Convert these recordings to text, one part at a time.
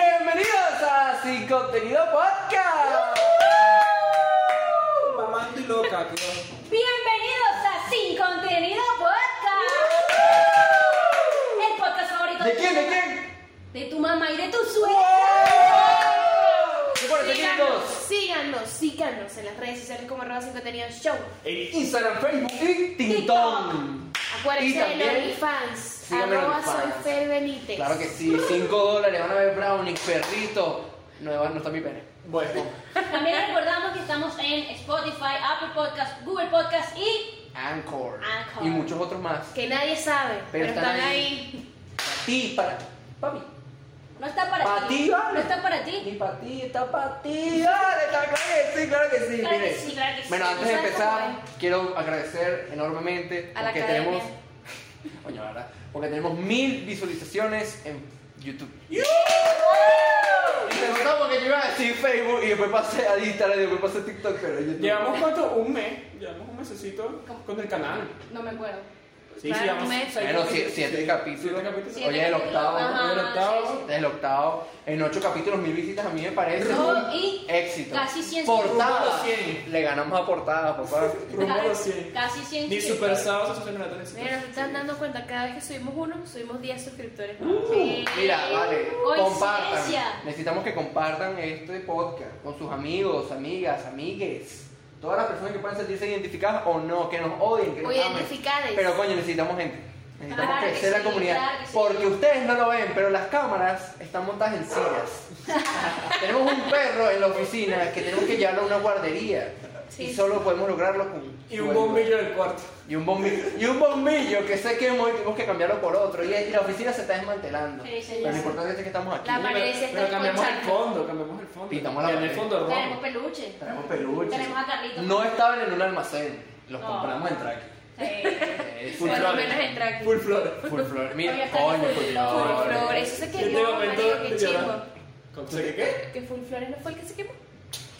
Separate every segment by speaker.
Speaker 1: Bienvenidos a Sin Contenido Podcast.
Speaker 2: Mamando y loca, tío.
Speaker 3: Bienvenidos a Sin Contenido Podcast. El podcast favorito
Speaker 1: ¿De quién? ¿De
Speaker 3: tu mamá,
Speaker 1: quién?
Speaker 3: de tu mamá y de tu suegra.
Speaker 1: ¿Qué por
Speaker 4: Síganos,
Speaker 1: seguirnos?
Speaker 4: síganos, síganos en las redes sociales como arroba sin contenido show.
Speaker 1: En Instagram, Facebook y
Speaker 3: TikTok.
Speaker 1: TikTok. Y
Speaker 4: Acuérdense
Speaker 1: también,
Speaker 4: de OnlyFans.
Speaker 1: síganme en
Speaker 4: Arroba soy
Speaker 1: OnlyFans.
Speaker 4: Fer Benítez.
Speaker 1: Claro que sí, 5 dólares, van a ver brownies, perrito. No, no está mi pene.
Speaker 2: Bueno,
Speaker 3: También recordamos que estamos en Spotify, Apple Podcast, Google Podcast y
Speaker 1: Anchor.
Speaker 3: Anchor.
Speaker 1: Y muchos otros más.
Speaker 4: Que nadie sabe, pero, están, ahí.
Speaker 1: Para ti, para... Papi.
Speaker 3: no está para
Speaker 1: Pa' ti,
Speaker 3: ti.
Speaker 1: vale.
Speaker 3: No está para
Speaker 1: Y
Speaker 3: ti.
Speaker 1: para ti, está para ti. Dale, está claro que sí, claro que sí.
Speaker 3: Claro que
Speaker 1: mire.
Speaker 3: sí, claro que sí.
Speaker 1: Bueno, antes de
Speaker 4: ¿Sabes
Speaker 1: empezar,
Speaker 4: cómo
Speaker 1: quiero agradecer enormemente
Speaker 4: A la
Speaker 1: porque
Speaker 4: academia.
Speaker 1: tenemos. Coño, ¿verdad? Porque tenemos mil visualizaciones en YouTube. Y te notaba porque yo iba a decir Facebook y después pasé a Instagram y después pasé a TikTok, pero YouTube.
Speaker 2: llevamos cuánto? Un mes. Llevamos un mesecito con el canal.
Speaker 4: No me acuerdo.
Speaker 2: Sí,
Speaker 4: Claro,
Speaker 2: sí, llevamos
Speaker 4: un mes.
Speaker 2: seis
Speaker 1: Bueno,
Speaker 2: capítulos.
Speaker 1: si- siete
Speaker 2: Sí,
Speaker 1: capítulos.
Speaker 2: siete capítulos.
Speaker 1: Siete. Oye, el octavo,
Speaker 3: Ajá,
Speaker 2: el octavo.
Speaker 3: sí, sí.
Speaker 1: Desde el octavo, en ocho capítulos, mil visitas, a mí me parece
Speaker 3: No,
Speaker 1: un
Speaker 3: y
Speaker 1: éxito.
Speaker 3: casi cien
Speaker 1: Portada.
Speaker 2: Rumbo 100.
Speaker 1: Le ganamos a portada, papá.
Speaker 2: Rumbo 100.
Speaker 3: Casi 100.
Speaker 2: Ni super sábado se suelen notar
Speaker 4: Mira, nos están dando cuenta, cada vez que subimos uno, subimos 10 suscriptores. más.
Speaker 3: Sí.
Speaker 1: Uh, Mira, vale, compartan.
Speaker 3: Coincidencia.
Speaker 1: Necesitamos que compartan este podcast con sus amigos, amigas, amigues. Todas las personas que puedan sentirse identificadas o no, que nos odien, que nos
Speaker 4: O
Speaker 1: amen.
Speaker 4: identificades.
Speaker 1: Pero coño, necesitamos gente. Necesitamos
Speaker 3: Claro que
Speaker 1: crecer la
Speaker 3: sí,
Speaker 1: comunidad.
Speaker 3: claro que sí.
Speaker 1: Porque ustedes no lo ven, pero las cámaras están montadas en sillas. tenemos un perro en la oficina que tenemos que llevarlo a una guardería.
Speaker 4: Sí.
Speaker 1: Y solo podemos lograrlo con.
Speaker 2: Y
Speaker 1: su
Speaker 2: un
Speaker 1: ayuda.
Speaker 2: bombillo del cuarto.
Speaker 1: Y un bombillo, y un bombillo que se quemó y tuvimos que cambiarlo por otro. Y, y la oficina se está desmantelando.
Speaker 3: Sí, señor.
Speaker 1: Pero lo importante es que estamos aquí.
Speaker 4: La pared
Speaker 2: Pero-
Speaker 4: se está
Speaker 2: Pero cambiamos el
Speaker 4: escuchando.
Speaker 2: fondo, cambiamos el fondo.
Speaker 1: Pintamos la
Speaker 2: Y en el
Speaker 1: pared.
Speaker 2: fondo rojo.
Speaker 3: Tenemos peluche.
Speaker 1: Traemos peluches.
Speaker 3: Tenemos a Carlitos.
Speaker 1: No estaban en un almacén. Los
Speaker 3: No.
Speaker 1: compramos en track.
Speaker 3: Sí.
Speaker 1: Eh,
Speaker 4: Por
Speaker 1: full
Speaker 4: lo
Speaker 1: flores.
Speaker 4: menos entra aquí.
Speaker 2: Full flores.
Speaker 1: Full flores.
Speaker 3: Hoy
Speaker 1: Mira,
Speaker 3: está
Speaker 1: coño,
Speaker 3: full
Speaker 1: full
Speaker 3: flores.
Speaker 4: Full
Speaker 1: flores.
Speaker 4: flores, eso se
Speaker 2: Y este
Speaker 4: quemó,
Speaker 2: momento
Speaker 4: marico, qué
Speaker 2: llorando.
Speaker 4: chivo.
Speaker 2: ¿Sé qué?
Speaker 4: ¿Que Full Flores no fue el que se quemó?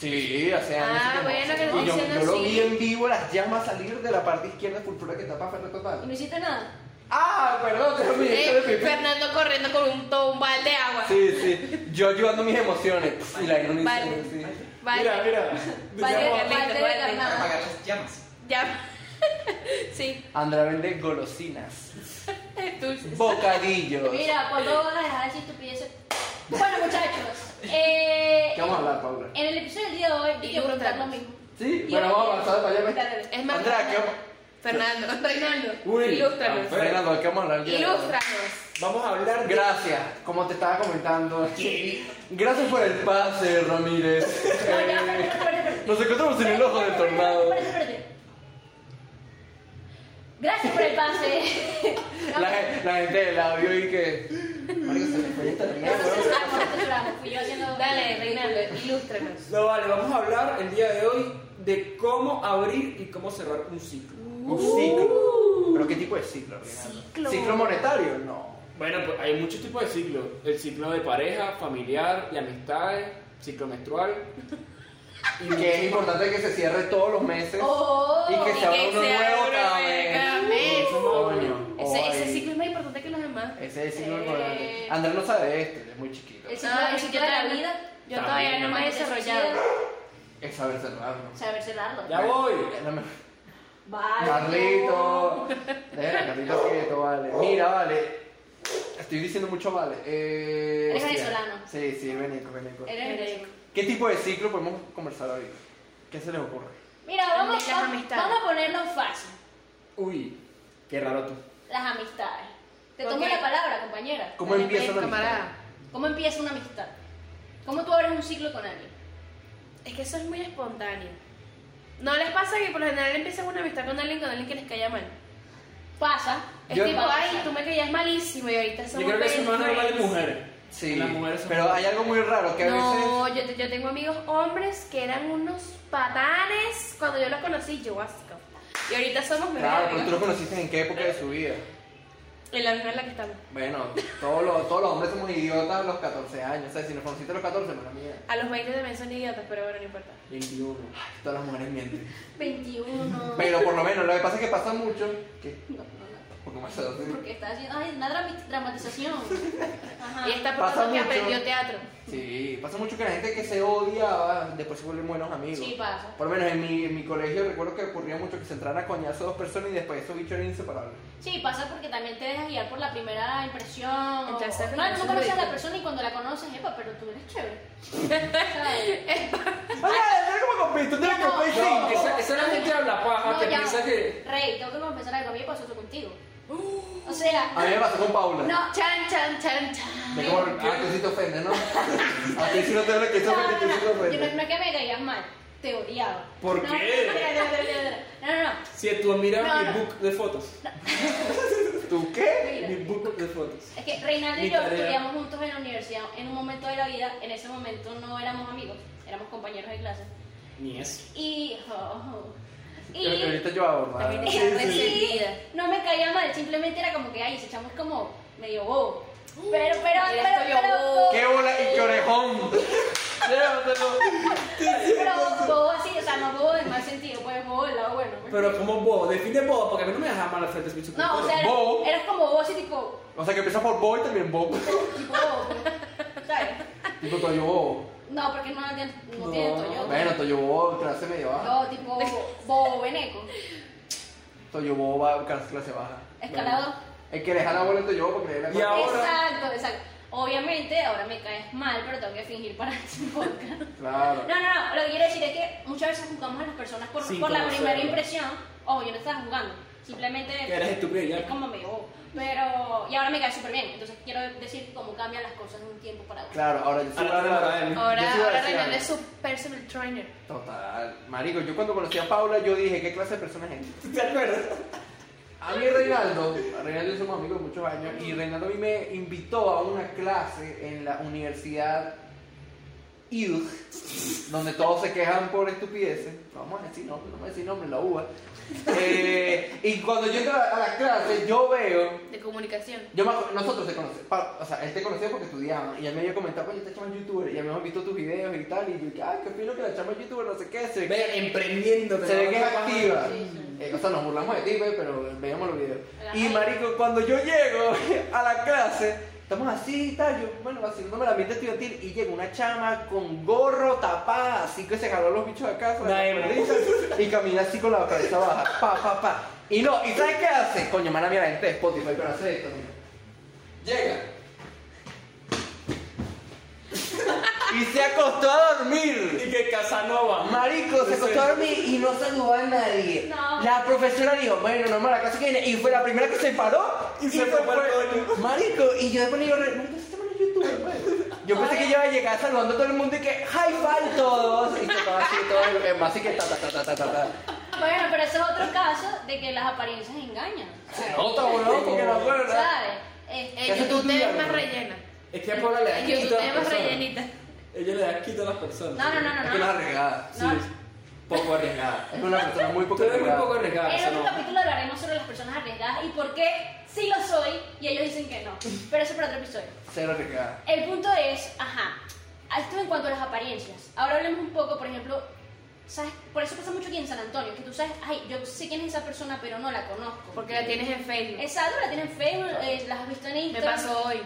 Speaker 1: Sí, o sea.
Speaker 4: Ah,
Speaker 1: no sé qué
Speaker 4: bueno,
Speaker 1: más.
Speaker 4: que lo
Speaker 1: Y yo,
Speaker 4: dicen
Speaker 1: yo lo
Speaker 4: así.
Speaker 1: vi en vivo las llamas salir de la parte izquierda de full flores que tapa Ferro
Speaker 3: ¿Y
Speaker 1: Total.
Speaker 3: no hiciste nada?
Speaker 1: Ah, perdón, te lo vi, te
Speaker 4: Eh,
Speaker 1: lo vi.
Speaker 4: Fernando corriendo con un, todo un balde de agua.
Speaker 1: Sí, sí. Yo llevando mis emociones. pf, Y la ironía.
Speaker 4: Vale.
Speaker 1: sí.
Speaker 4: Vale.
Speaker 2: Mira, mira.
Speaker 3: Vale,
Speaker 2: Digamos,
Speaker 4: Carlitos,
Speaker 3: vale,
Speaker 4: vale.
Speaker 3: Carnal.
Speaker 5: apagar las llamas.
Speaker 4: Ya. sí,
Speaker 1: Andra vende golosinas,
Speaker 4: dulces.
Speaker 1: bocadillos.
Speaker 3: Mira, cuando vas a dejar de decir estupideces. Bueno, muchachos, eh,
Speaker 1: ¿Qué vamos a hablar, Paula?
Speaker 3: en el episodio del día de hoy yo
Speaker 4: Y
Speaker 3: quiero preguntar lo
Speaker 4: contratos.
Speaker 3: mismo.
Speaker 1: Sí,
Speaker 3: Y
Speaker 1: bueno,
Speaker 3: hoy-
Speaker 1: vamos a avanzar para allá. ¿ves?
Speaker 3: Dale.
Speaker 4: Es más,
Speaker 1: Andrea, ¿qué vamos-
Speaker 4: Fernando, Reinaldo,
Speaker 2: Uy,
Speaker 4: ilústranos.
Speaker 2: tan
Speaker 1: Fernando, ¿de ¿qué vamos a hablar? ya?
Speaker 4: Ilústranos.
Speaker 2: Vamos a hablar de
Speaker 1: Gracias, como te estaba comentando. Gracias por el pase, Ramírez.
Speaker 3: No, ya, espérate, espérate, espérate, espérate.
Speaker 1: Nos encontramos en el ojo del
Speaker 3: Espérate,
Speaker 1: tornado.
Speaker 3: espérate, espérate, espérate. Gracias por el pase.
Speaker 1: La, gen- la gente la vio y que. Marico, se me fue esta
Speaker 3: No,
Speaker 1: mierda,
Speaker 3: no
Speaker 1: weón.
Speaker 3: censuramos, no censuramos. Fui yo haciendo.
Speaker 4: Dale, Reinaldo, ilústranos.
Speaker 2: No, vale, vamos a hablar el día de hoy de cómo abrir y cómo cerrar un ciclo.
Speaker 1: Un ciclo. ¿Pero qué tipo de ciclo, Reinaldo?
Speaker 4: Ciclo.
Speaker 1: ¿Ciclo monetario? No.
Speaker 2: Bueno, pues hay muchos tipos de ciclos. El ciclo de pareja, familiar, de amistades, ciclo menstrual. Y
Speaker 1: Que es importante que se cierre todos los meses
Speaker 3: Oh,
Speaker 1: y que se abra
Speaker 4: que
Speaker 1: uno
Speaker 4: se
Speaker 1: nuevo
Speaker 4: abra
Speaker 1: cada
Speaker 4: uno
Speaker 1: mes.
Speaker 4: cada mes.
Speaker 1: Coño.
Speaker 4: Ese, ese
Speaker 1: Ay.
Speaker 4: ciclo es más importante que los demás.
Speaker 1: Ese es el signo
Speaker 3: Eh.
Speaker 1: importante. Andrés no sabe de esto, él es muy chiquito.
Speaker 3: El ciclo, el ciclo de la vida.
Speaker 4: Yo todavía no me he desarrollado.
Speaker 1: Es saber cerrarlo. eh,
Speaker 3: Saber cerrarlo.
Speaker 2: Ya voy.
Speaker 3: Vale.
Speaker 1: Carlito. Deja, Carlito quieto, vale. Mira, vale. Estoy diciendo mucho vale. Eh,
Speaker 3: Eres
Speaker 1: hostia.
Speaker 3: venezolano. Eh.
Speaker 1: Sí, sí, veneco, veneco.
Speaker 3: Eres veneco.
Speaker 1: ¿Qué tipo de ciclo podemos conversar ahorita? ¿Qué se les ocurre?
Speaker 3: Mira, vamos,
Speaker 4: Las
Speaker 3: vamos,
Speaker 4: amistades.
Speaker 3: vamos a ponernos fácil.
Speaker 2: Uy, qué raro tú.
Speaker 3: Las amistades. Te
Speaker 4: Ok.
Speaker 3: tomo la palabra, compañera.
Speaker 1: ¿Cómo empieza la amistad?
Speaker 4: pues, camarada.
Speaker 3: ¿Cómo empieza una amistad? ¿Cómo tú abres un ciclo con alguien?
Speaker 4: Es que eso es muy espontáneo. ¿No les pasa que por lo general empiezan una amistad con alguien con alguien que les calla mal?
Speaker 3: Pasa.
Speaker 4: Es
Speaker 1: Yo-
Speaker 4: tipo,
Speaker 3: pasa.
Speaker 4: ay, tú me caías malísimo y ahorita somos
Speaker 2: Yo creo que eso es más
Speaker 4: best
Speaker 2: normal de
Speaker 4: friends".
Speaker 2: mujeres.
Speaker 1: Sí,
Speaker 2: Las mujeres son
Speaker 1: pero hay algo muy raro que a veces...
Speaker 4: No, yo, te- yo tengo amigos hombres que eran unos patanes cuando yo los conocí, yo asco. Y ahorita somos
Speaker 1: Claro, pero
Speaker 4: mejores
Speaker 1: tú lo
Speaker 4: amigos.
Speaker 1: conociste en qué época de su vida.
Speaker 4: En la misma en la que estamos.
Speaker 1: Bueno, todos los, todos los hombres somos idiotas a los 14 años. O sea, si nos conociste a los 14, mala mía.
Speaker 4: A los 20 también son idiotas, pero bueno, no importa.
Speaker 2: 21.
Speaker 1: Todas las mujeres mienten.
Speaker 3: 21.
Speaker 1: Pero por lo menos, lo que pasa es que pasa mucho que
Speaker 3: No, no, no.
Speaker 1: Porque más adulto.
Speaker 3: Porque está haciendo ay, una drami- dramatización. Ajá.
Speaker 4: Y está
Speaker 1: Pasa
Speaker 4: probando que
Speaker 1: mucho.
Speaker 4: aprendió teatro.
Speaker 1: Sí, pasa mucho que la gente que se odia después se vuelven buenos amigos.
Speaker 3: Sí, pasa.
Speaker 1: Por lo menos en mi, en mi colegio recuerdo que ocurría mucho que se entraran a coñazo dos personas y después esos bichos eran inseparables.
Speaker 3: Sí, pasa porque también te dejas guiar por la primera impresión. o-
Speaker 4: Entonces,
Speaker 3: no, no
Speaker 4: eso
Speaker 3: conoces
Speaker 4: es
Speaker 3: a la
Speaker 4: ridículo.
Speaker 3: persona y cuando la conoces, epa, pero tú eres chévere. ¿Sabes?
Speaker 1: Hola, ¿sabes cómo competí? ¿Tú tienes que
Speaker 3: No,
Speaker 1: comprar
Speaker 2: No,
Speaker 1: cinco?
Speaker 2: esa, esa es la gente habla paja
Speaker 3: No,
Speaker 2: que
Speaker 3: ya.
Speaker 2: piensa que.
Speaker 3: Rey, tengo que confesar algo. A mí me pasó eso contigo. O sea,
Speaker 1: A mí me pasó con Paula.
Speaker 3: no.
Speaker 4: Chan, chan, chan, chan.
Speaker 1: Me como, ah, tú sí te ofendes, ¿no? A ti sí no te habla que te
Speaker 3: No, no,
Speaker 1: ofende,
Speaker 3: no,
Speaker 1: tú sí te
Speaker 3: no. Yo no, no
Speaker 1: ofendes.
Speaker 3: es que me caías mal, te odiaba.
Speaker 2: ¿Por
Speaker 3: No,
Speaker 2: qué?
Speaker 3: No, no, no, no, no, no.
Speaker 2: Si tú miras
Speaker 3: No,
Speaker 2: mi
Speaker 3: no.
Speaker 2: book de fotos.
Speaker 1: ¿Tú qué?
Speaker 3: Mira,
Speaker 2: Mi book de fotos.
Speaker 3: Es que Reinaldo y
Speaker 2: Mi
Speaker 3: yo
Speaker 2: tarea.
Speaker 3: estudiamos juntos en la universidad en un momento de la vida. En ese momento no éramos amigos, éramos compañeros de clase.
Speaker 2: Ni eso.
Speaker 3: Y. oh, y
Speaker 1: Pero que ahorita yo hago,
Speaker 4: También
Speaker 1: ¿verdad?
Speaker 4: es-
Speaker 3: y
Speaker 4: resentida.
Speaker 3: no me caía mal, simplemente era como que, ay, ese chamo es como medio bobo. Pero, pero,
Speaker 4: Ya
Speaker 3: pero,
Speaker 4: estoy
Speaker 3: pero,
Speaker 4: bobo.
Speaker 1: ¡Qué bola y qué orejón!
Speaker 2: Llévatelo.
Speaker 3: pero bobo así, o sea, no bobo en mal sentido, pues bobo del lado bueno. pues.
Speaker 2: Pero como bobo, define bobo, porque a mí no me deja mal al frente de mi
Speaker 3: no, o sea, eras,
Speaker 1: bobo.
Speaker 3: eras como bobo así, tipo,
Speaker 1: O sea que empieza por bobo y también bobo.
Speaker 3: tipo bobo, ¿sabes?
Speaker 1: Tipo Toyo Bobo.
Speaker 3: No, porque no, tiene- no,
Speaker 2: No,
Speaker 3: tiene Toyota.
Speaker 1: Bueno, Toyo Bobo, clase medio baja.
Speaker 3: No, tipo bobo veneco,
Speaker 1: Toyo Bobo va clase, clase baja.
Speaker 3: escalador.
Speaker 1: El que le jala bola a Toyo Bobo porque le da la
Speaker 2: Y ahora-
Speaker 3: Exacto, exacto. Obviamente, ahora me caes mal, pero tengo que fingir para este podcast.
Speaker 1: Claro.
Speaker 3: No, no, no, lo que quiero decir es que muchas veces jugamos a las personas por,
Speaker 2: Sin
Speaker 3: por la
Speaker 2: conocerlas.
Speaker 3: primera impresión. Ojo, yo no estaba jugando, simplemente
Speaker 2: Que eres estúpido y ya.
Speaker 3: es como me bobo. Pero, y ahora me cae súper bien, entonces quiero decir cómo cambian las cosas de un tiempo para otro.
Speaker 1: Claro, ahora yo soy
Speaker 2: Ahora te la traen.
Speaker 4: Ahora,
Speaker 1: yo sí iba a
Speaker 4: ahora
Speaker 1: decir
Speaker 4: Reinaldo
Speaker 1: algo.
Speaker 4: es su personal trainer.
Speaker 1: Total. Marico, yo cuando conocí a Paula, yo dije, ¿qué clase de persona es esta?
Speaker 2: ¿Te acuerdas?
Speaker 1: A mí Reinaldo, a Reinaldo somos amigos de muchos años y Reinaldo a mí me invitó a una clase en la universidad IDUG, donde todos se quejan por estupideces, no vamos a decir nombre, no vamos a decir nombre, la uva. Eh, y cuando yo entro a a la clase, yo veo
Speaker 4: De comunicación.
Speaker 1: yo me acu- nosotros te conocemos, pa- o sea, él te conocía porque estudiaba y él me había comentado, oye, esta chama es youtuber y habíamos visto tus videos y tal, y yo, dije, ay, qué fino que la chama es youtuber, no sé qué, se ve que-
Speaker 2: Ve, emprendiendo.
Speaker 1: se ve que es
Speaker 2: levanta la mano.
Speaker 1: activa.
Speaker 3: Sí, sí.
Speaker 1: Eh, o sea, nos burlamos de ti, güey, pero veíamos los videos.
Speaker 3: Ajá.
Speaker 1: Y marico, cuando yo llego a la clase, estamos así y tal, yo, bueno, vacilándome la mente estudiantil y llega una chama con gorro tapada, así que se jaló los bichos de acá, se la
Speaker 2: Ay, marico.
Speaker 1: camisa, y camina así con la cabeza baja, pa, pa, pa. Y no, ¿y sabes qué hace? Coño, mala mía, la gente de Spotify, pero hace esto, mira. Llega. y se acostó a dormir.
Speaker 2: Y que Casanova.
Speaker 1: Marico, se acostó a dormir y no saludó a nadie.
Speaker 3: No.
Speaker 1: La profesora dijo, bueno, normal, la clase que viene. Y fue la primera que se paró
Speaker 2: Y se fue para el baño.
Speaker 1: Marico, y yo después le digo, "Marico, esta semana es youtuber, pues". Yo pensé que yo iba a llegar saludando a todo el mundo y que, hi, fan todos. Y que todo así, todo el así que ta, ta, ta, ta, ta, ta, ta.
Speaker 3: Bueno, pero ese es otro caso de que las apariencias engañan,
Speaker 1: Se nota, boludo, porque no fue verdad.
Speaker 3: ¿sabes? Este,
Speaker 1: ¿Qué
Speaker 4: En
Speaker 1: hace
Speaker 4: YouTube
Speaker 1: tu
Speaker 4: te
Speaker 1: tía,
Speaker 4: ves más
Speaker 1: bro?
Speaker 4: rellena.
Speaker 2: Es que a Paula le da
Speaker 4: En YouTube
Speaker 2: quito
Speaker 4: te
Speaker 2: a
Speaker 4: ves
Speaker 2: las
Speaker 4: más
Speaker 2: personas.
Speaker 4: rellenita.
Speaker 2: Ella le da quito a las personas.
Speaker 3: No, no, no,
Speaker 1: Es
Speaker 3: no.
Speaker 1: que no
Speaker 3: no.
Speaker 1: es arriesgada.
Speaker 3: No, no.
Speaker 2: Sí, poco arriesgada.
Speaker 1: Es una persona muy
Speaker 2: Tú
Speaker 1: poco
Speaker 2: eres muy poco
Speaker 1: arriesgada.
Speaker 2: arriesgada,
Speaker 3: En otro
Speaker 2: Casanova.
Speaker 3: capítulo hablaremos sobre las personas arriesgadas y por qué sí lo soy y ellos dicen que no. Pero eso para otro episodio.
Speaker 1: Cero arriesgada.
Speaker 3: El punto es, ajá, esto en cuanto a las apariencias. Ahora hablemos un poco, por ejemplo, ¿sabes? Por eso pasa mucho aquí en San Antonio, que tú sabes, ay, yo sé quién es esa persona, pero no la conozco.
Speaker 4: Porque la tienes en Facebook.
Speaker 3: Exacto, la tienes en Facebook, eh, las has visto en
Speaker 4: Me
Speaker 3: Instagram.
Speaker 4: pasó hoy.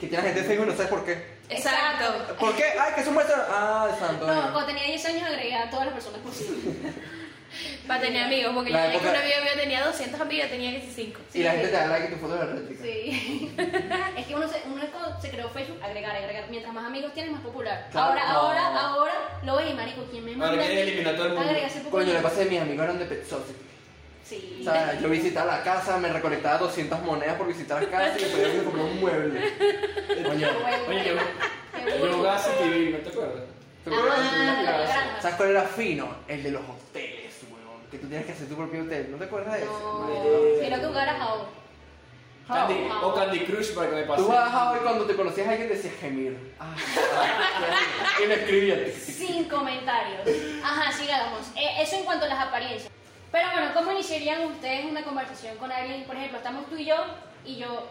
Speaker 1: Que tiene gente de Facebook y no sabes por qué.
Speaker 4: Exacto.
Speaker 1: ¿Por qué? Ay, que son muestras. Ah, de Santo.
Speaker 3: No, cuando tenía 10 años agregué a todas las personas posibles.
Speaker 4: Para tener amigos. Porque yo
Speaker 1: La
Speaker 4: tenía que
Speaker 1: época-
Speaker 4: una amiga mía tenía 200 amigos, yo tenía 15.
Speaker 1: y la gente te da like y tu foto es artística.
Speaker 3: Sí. es que uno, se, uno es cuando se creó Facebook, agregar, agregar. Mientras más amigos tienes, más popular.
Speaker 1: Claro,
Speaker 3: ahora,
Speaker 1: no.
Speaker 3: ahora, ahora, lo ves y marico, ¿quién me manda?
Speaker 2: Ahora quieres eliminar a todo el mundo.
Speaker 3: Agregar ese popular.
Speaker 1: Coño, le pasé mis amigos eran de Pet Society.
Speaker 3: Sí.
Speaker 1: O sea, yo visitaba la casa, me recolectaba 200 monedas por visitar la casa y después me compré un mueble. Coño,
Speaker 2: Oye, yo.
Speaker 3: Qué bueno.
Speaker 2: Yo gas y TV, ¿no te acuerdas?
Speaker 1: ¿te acuerdas?
Speaker 3: Ah, la granja.
Speaker 1: ¿Sabes cuál era fino? El de los hoteles, weón. Que tú tienes que hacer tu propio hotel. ¿No te acuerdas de
Speaker 3: No,
Speaker 1: eso?
Speaker 3: quiero que jugaras ahora.
Speaker 2: Candy,
Speaker 5: oh,
Speaker 3: How,
Speaker 2: o
Speaker 3: how.
Speaker 2: Candy Crush para que me pase.
Speaker 1: Tú bajabas y cuando te conocías a alguien decías gemir. Ah, ah, y le escribías.
Speaker 3: Sin comentarios. Ajá, sigamos. Eh, eso en cuanto a las apariencias. Pero bueno, ¿cómo iniciarían ustedes una conversación con alguien? Por ejemplo, estamos tú y yo, y yo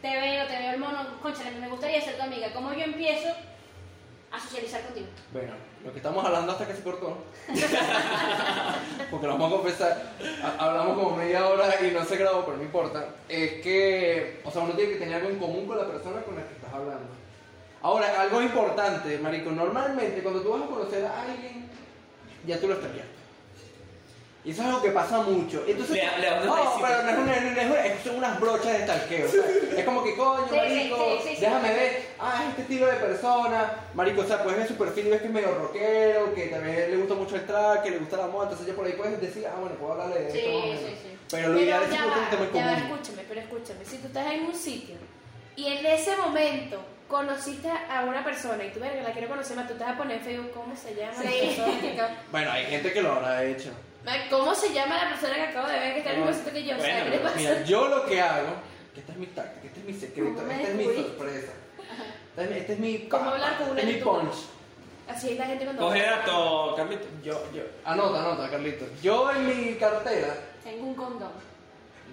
Speaker 3: te veo, te veo el mono, conchale, me gustaría ser tu amiga. ¿Cómo yo empiezo a socializar contigo.
Speaker 1: Bueno, lo que estamos hablando hasta que se cortó. Porque lo vamos a confesar. ha- Hablamos como media hora y no se grabó, pero no importa. Es que, o sea, uno tiene que tener algo en común con la persona con la que estás hablando. Ahora, algo importante, Marico. Normalmente, cuando tú vas a conocer a alguien, ya tú lo estás viendo. Y eso es algo que pasa mucho. Entonces,
Speaker 5: Le- le das una
Speaker 1: no,
Speaker 5: raicita.
Speaker 1: pero no es una, no es una- son unas brochas de talqueo. ¿sabes? Es como que, coño,
Speaker 3: Sí, sí,
Speaker 1: marico,
Speaker 3: sí, sí, sí.
Speaker 1: déjame ver, ah, es este estilo de persona, marico, o sea, puedes ver su perfil y ves que es medio rockero, que también le gusta mucho el track, que le gusta la moda, entonces ya por ahí puedes decir, ah, bueno, puedo hablarle de
Speaker 3: Sí,
Speaker 1: esto. más o menos.
Speaker 3: sí, sí.
Speaker 1: Pero lo
Speaker 4: Pero ya
Speaker 1: ideal
Speaker 4: va,
Speaker 1: es que un tema en
Speaker 4: ya va,
Speaker 1: común.
Speaker 4: escúchame, pero escúchame. Si tú estás en un sitio y en ese momento conociste a una persona y tú verga, la quiero conocer más, tú te vas a poner en Facebook, ¿cómo se llama? la
Speaker 3: Sí.
Speaker 4: persona que acabo-
Speaker 1: Bueno, hay gente que lo habrá hecho.
Speaker 4: Ma, ¿Cómo se llama la persona que acabo de ver que está en el mismo sitio que yo? O sea,
Speaker 2: Bueno,
Speaker 4: ¿qué le pasa?
Speaker 1: Pues Mira, yo lo que hago, que esta es mi táctica, este es mi secreto,
Speaker 4: No me
Speaker 1: esta es mi
Speaker 4: descubriste.
Speaker 1: sorpresa. Esta es mi- Este es mi.
Speaker 4: ¿Cómo hablar con una
Speaker 1: este es mi
Speaker 4: youtuber?
Speaker 1: punch.
Speaker 4: Así es la gente cuando...
Speaker 5: Coge dato, Carlito.
Speaker 1: Yo, yo. Anota, anota, Carlitos. Yo en mi cartera.
Speaker 3: Tengo un condón.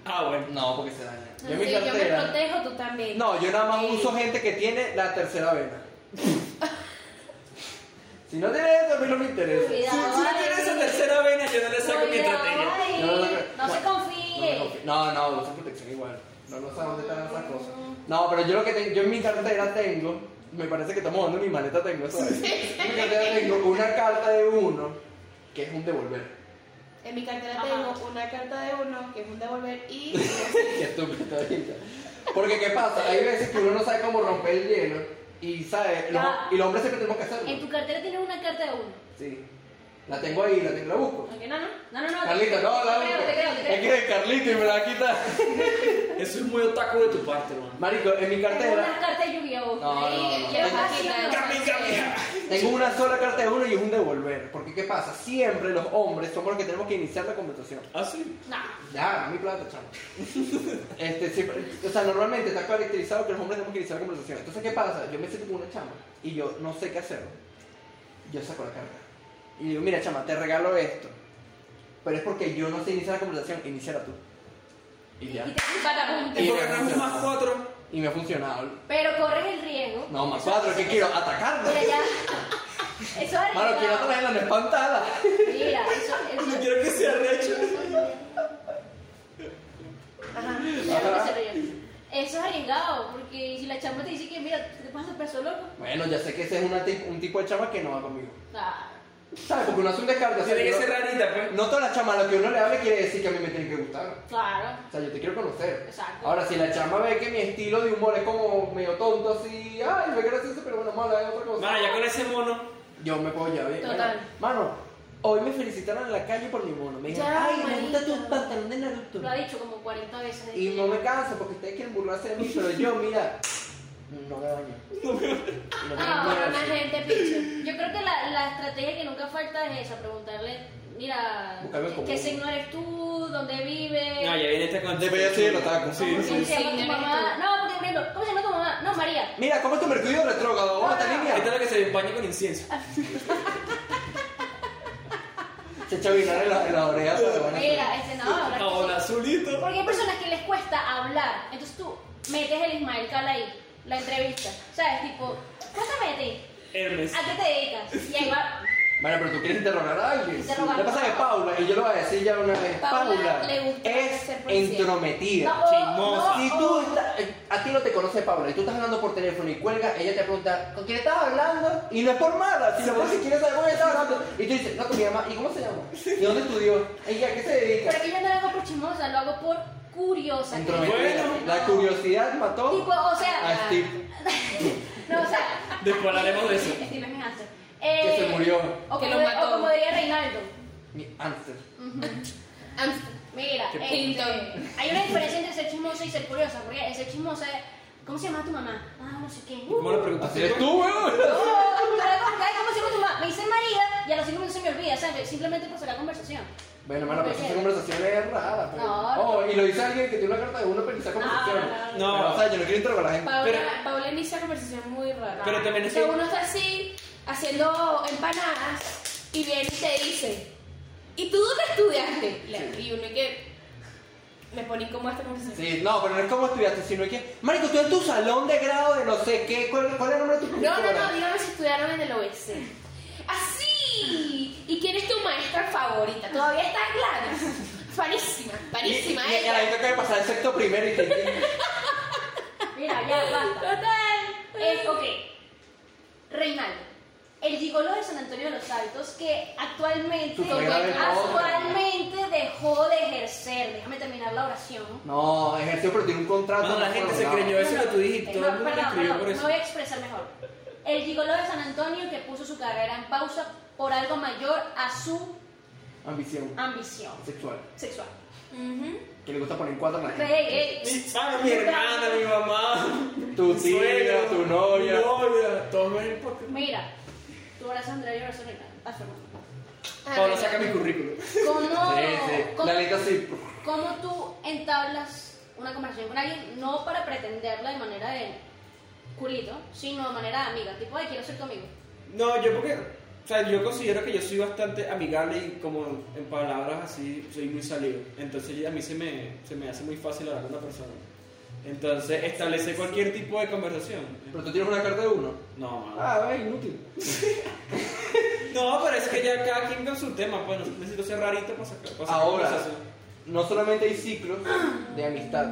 Speaker 5: Ah, bueno.
Speaker 1: No, porque se daña. Yo en mi
Speaker 4: Sí, yo me
Speaker 1: cartera.
Speaker 4: protejo, tú también. Eh,
Speaker 1: No, yo nada más
Speaker 4: Sí.
Speaker 1: uso gente que tiene la tercera vena. si no tiene eso, a mí no me interesa.
Speaker 5: Si,
Speaker 3: Cuidado.
Speaker 5: si no tiene esa tercera vena, yo no le saco mi
Speaker 3: Cuidado
Speaker 5: estrategia.
Speaker 3: ahí.
Speaker 1: No, no, no,
Speaker 3: No se
Speaker 1: bueno,
Speaker 3: confíe.
Speaker 1: No, No, no, usa protección igual. No lo sabes dónde están esas cosas. No, pero yo lo que tengo, yo en mi cartera tengo, me parece que estamos dando mi maleta tengo, ¿sabes? En mi cartera tengo una carta de uno, que es un devolver.
Speaker 4: En mi cartera
Speaker 3: Ajá.
Speaker 4: tengo una carta de uno, que es un devolver, y...
Speaker 1: Qué estúpido, ahorita. Porque, ¿qué pasa? Hay veces que uno no sabe cómo romper el hielo y, ¿sabes? Los,
Speaker 3: Ya.
Speaker 1: y los hombres siempre tenemos que hacerlo.
Speaker 3: En tu cartera tienes una carta de uno.
Speaker 1: Sí. La tengo ahí, la tengo, la busco.
Speaker 3: ¿Ok? No, no, no, no. no
Speaker 1: Carlito, no, la
Speaker 3: te creo, te creo, te creo.
Speaker 1: Es que es Carlito y me la quita.
Speaker 5: Eso es muy otaku de tu parte, hermano.
Speaker 1: Marico, en mi
Speaker 3: Tengo unas
Speaker 1: cartera
Speaker 3: cartas de Yu-Gi-Oh!
Speaker 1: No, no, no, no.
Speaker 3: Quiero
Speaker 1: Tengo-
Speaker 3: fácil, no, no,
Speaker 5: Cami,
Speaker 3: no,
Speaker 5: cami.
Speaker 3: no.
Speaker 1: tengo una sola carta de uno y es un devolver. Porque, ¿qué pasa? Siempre los hombres somos los que tenemos que iniciar la conversación.
Speaker 5: Ah, sí.
Speaker 3: No.
Speaker 1: Ya, a mi plata, chamo. Este, siempre, o sea, normalmente está caracterizado que los hombres tenemos que iniciar la conversación. Entonces, ¿qué pasa? Yo me siento como una chama y yo no sé qué hacer. Yo saco la carta y digo, mira, chama, te regalo esto. Pero es porque yo no sé iniciar la conversación, iniciala tú. Y ya.
Speaker 3: Y te haces para
Speaker 5: ¿Y
Speaker 1: Y
Speaker 5: por qué
Speaker 1: me
Speaker 5: no es un
Speaker 1: funciona.
Speaker 5: más cuatro?
Speaker 1: Y me ha funcionado.
Speaker 3: Pero corres el riesgo.
Speaker 1: No, más cuatro, ¿qué quiero? Atacarla.
Speaker 3: Mira, ya. Eso es
Speaker 1: Mano, quiero
Speaker 3: arriesgado.
Speaker 1: traerla, no espantarla.
Speaker 3: Mira, eso eso-
Speaker 5: No quiero que se arrecho.
Speaker 4: Ajá.
Speaker 3: mira lo que
Speaker 1: Ajá.
Speaker 3: se ríe. Eso es arriesgado, porque si la chamba te dice que mira, te pasas el peso loco.
Speaker 1: Bueno, ya sé que ese es una tip- un tipo de chama que no va conmigo.
Speaker 3: Ah,
Speaker 1: ¿Sabes? Porque uno hace un descarte. o sea,
Speaker 5: Tiene que
Speaker 1: yo-
Speaker 5: ser rarita, pues.
Speaker 1: No todas las chamas a las que uno le hable quiere decir que a mí me tienen que gustar.
Speaker 3: claro.
Speaker 1: O sea, yo te quiero conocer.
Speaker 3: Exacto.
Speaker 1: Ahora, si la chama ve que mi estilo de humor es como medio tonto, así, ay, me gracioso, pero bueno, mala, es otra cosa.
Speaker 5: Mano, ya con ese mono.
Speaker 1: Yo me puedo llevar bien.
Speaker 4: Total.
Speaker 1: Bueno, mano, hoy me felicitaron en la calle por mi mono. Me dijeron,
Speaker 4: Ya,
Speaker 1: ay, me gusta
Speaker 4: marica.
Speaker 1: tu pantalón de Naruto.
Speaker 3: Lo ha dicho como 40 veces. desde
Speaker 1: Y
Speaker 3: que
Speaker 1: no me
Speaker 3: llegó.
Speaker 1: canso porque ustedes quieren burlarse de mí, pero yo, mira, no me baño. No me
Speaker 4: Ah, bueno, una
Speaker 1: baño.
Speaker 4: gente, picho.
Speaker 3: Yo creo que la, la estrategia que nunca falta es esa, preguntarle, mira,
Speaker 1: Busca algo en
Speaker 3: ¿qué
Speaker 1: común.
Speaker 3: signo eres tú? ¿Dónde vives?
Speaker 5: No, ya viene este con.
Speaker 1: Después ya sigue el otaku.
Speaker 5: Sí, sí.
Speaker 3: ¿Cómo se
Speaker 4: Sí,
Speaker 3: llama tu
Speaker 4: eres
Speaker 3: mamá?
Speaker 4: tú.
Speaker 3: No, porque por ejemplo, ¿cómo se llama tu mamá? No, María.
Speaker 1: Mira, ¿cómo es tu mercurio retrógrado? Bájate línea.
Speaker 5: Esta es la que se empaña con incienso.
Speaker 1: Se echa vinagre en la- en las orejas. se van a-
Speaker 3: Mira, este no, ahora que
Speaker 5: Ahora
Speaker 3: sí.
Speaker 5: Ah, azulito.
Speaker 3: Porque hay personas que les cuesta hablar. Entonces tú metes el Ismael Cal ahí, la entrevista. ¿Sabes? Tipo, cuéntame de ti.
Speaker 5: Hermes.
Speaker 3: ¿A qué te dedicas? Y ahí va.
Speaker 1: Bueno, pero tú quieres interrogar a alguien.
Speaker 3: Interrogar.
Speaker 1: Le pasa que Paula, y yo lo voy a decir ya una vez,
Speaker 4: Paula
Speaker 1: Paula,
Speaker 4: le gusta
Speaker 1: es
Speaker 4: ser policía.
Speaker 1: entrometida.
Speaker 3: o-
Speaker 5: chismosa.
Speaker 1: Si
Speaker 3: o-
Speaker 1: tú estás, eh, a ti no te conoce Paula y tú estás hablando por teléfono y cuelga, ella te pregunta, ¿con quién estás hablando? Y no es por mala, sino porque quieres saber con quién estás hablando. Y tú dices, no, con mi mamá, ¿y cómo se llama? ¿Y dónde estudió? ¿Y a qué se dedica?
Speaker 3: Pero que yo no lo hago por chismosa, lo hago por curiosa.
Speaker 1: Entrometida.
Speaker 5: Bueno.
Speaker 1: la Ah, curiosidad mató
Speaker 3: Tipo, o sea.
Speaker 1: a Steve,
Speaker 3: No, o sea.
Speaker 5: Después hablaremos de eso.
Speaker 3: Steve es mi answer.
Speaker 1: que se
Speaker 3: Eh,
Speaker 1: murió.
Speaker 3: O
Speaker 4: Que
Speaker 3: como,
Speaker 4: lo mató.
Speaker 3: o como diría Reinaldo.
Speaker 1: Mi answer.
Speaker 4: Amsterdam.
Speaker 3: Mira,
Speaker 5: Qué
Speaker 3: este,
Speaker 4: pobre.
Speaker 3: hay una diferencia entre ser chismosa y ser curiosa, porque el ser chismosa es. ¿Cómo se llama tu mamá? Ah, no sé qué.
Speaker 5: ¿Cómo lo preguntas?
Speaker 1: Así eres tú, weón.
Speaker 3: No, pero ¿cómo se llama tu mamá? Me dice María y a los cinco minutos se me olvida, ¿sabes? Simplemente por la conversación.
Speaker 1: Bueno, hermano, pero esa conversación es rara. Pero...
Speaker 3: No,
Speaker 1: oh, y lo dice alguien que tiene una carta de uno, pero esa conversación.
Speaker 3: Ah, no,
Speaker 5: no.
Speaker 1: Pero, o sea, yo no quiero interrogar a la gente.
Speaker 4: Paula,
Speaker 5: Pero-
Speaker 4: Paula inicia conversación muy rara.
Speaker 5: Pero también es
Speaker 4: que
Speaker 5: que-
Speaker 4: uno está así, haciendo empanadas, y viene y te dice, ¿y tú dónde estudiaste? Le- Y uno que me pone como esta conversación.
Speaker 1: Sí, no, pero no es como estudiaste, sino que. Marico, tú en tu salón de grado de no sé qué. ¿Cuál, cuál es el nombre de tu
Speaker 4: No, no,
Speaker 1: profesora?
Speaker 4: no, dígame si estudiaron en el OBC. ¡Así! ¿Y quién es tu maestra favorita? Todavía está clara. Fanísima, fanísima.
Speaker 1: Y, y- y a la
Speaker 4: ella.
Speaker 1: gente acaba de pasar el sexto primero y te
Speaker 3: Mira, ya basta.
Speaker 4: Total.
Speaker 3: Eh, ok. Reinaldo. El gigolo de San Antonio de los Altos que actualmente,
Speaker 1: Tu primera vez, ¿no?
Speaker 3: actualmente dejó de ejercer. Déjame terminar la oración.
Speaker 1: No, ejerció pero tiene un contrato.
Speaker 5: Mano, la
Speaker 1: no
Speaker 5: gente
Speaker 1: fue
Speaker 5: se
Speaker 1: logrado.
Speaker 5: creyó eso
Speaker 3: No,
Speaker 5: que tú dijiste.
Speaker 3: no,
Speaker 5: Todo el mundo te
Speaker 3: perdón,
Speaker 5: escribió
Speaker 3: perdón,
Speaker 5: por
Speaker 3: Me
Speaker 5: eso.
Speaker 3: voy a expresar mejor. El gigolo de San Antonio que puso su carrera en pausa por algo mayor a su
Speaker 1: Ambición
Speaker 3: ambición
Speaker 1: sexual.
Speaker 3: sexual.
Speaker 4: Ujú.
Speaker 1: Que le gusta poner en cuatro a la gente.
Speaker 3: Rey, eh,
Speaker 5: Mi- ah, mi hermana, mi mamá,
Speaker 1: Tu
Speaker 5: mi
Speaker 1: tía,
Speaker 5: suegra,
Speaker 1: tu novia.
Speaker 5: Mi novia, todo me importa.
Speaker 3: mira, tú eres Andrea y yo eres Reinaldo. Ah, perdón.
Speaker 4: Ah,
Speaker 5: Pablo, saca mi currículum.
Speaker 3: ¿Cómo,
Speaker 1: Sí, sí.
Speaker 3: cómo-
Speaker 1: La neta sí.
Speaker 3: cómo tú entablas una conversación con alguien? No para pretenderla de manera de culito, sino de manera de amiga. Tipo, ay, quiero ser tu amigo.
Speaker 5: No, yo porque, o sea, yo considero que yo soy bastante amigable y como en palabras así, soy muy salido. Entonces a mí se me, se me hace muy fácil hablar con una persona. Entonces establecer cualquier tipo de conversación.
Speaker 1: Pero tú tienes una carta de uno.
Speaker 5: No, mano.
Speaker 1: Ah, es inútil.
Speaker 5: No, pero es que ya cada quien con su tema, pues no necesito ser rarito para sacar, para sacar
Speaker 1: Ahora,
Speaker 5: conversación.
Speaker 1: no solamente hay ciclos de amistad.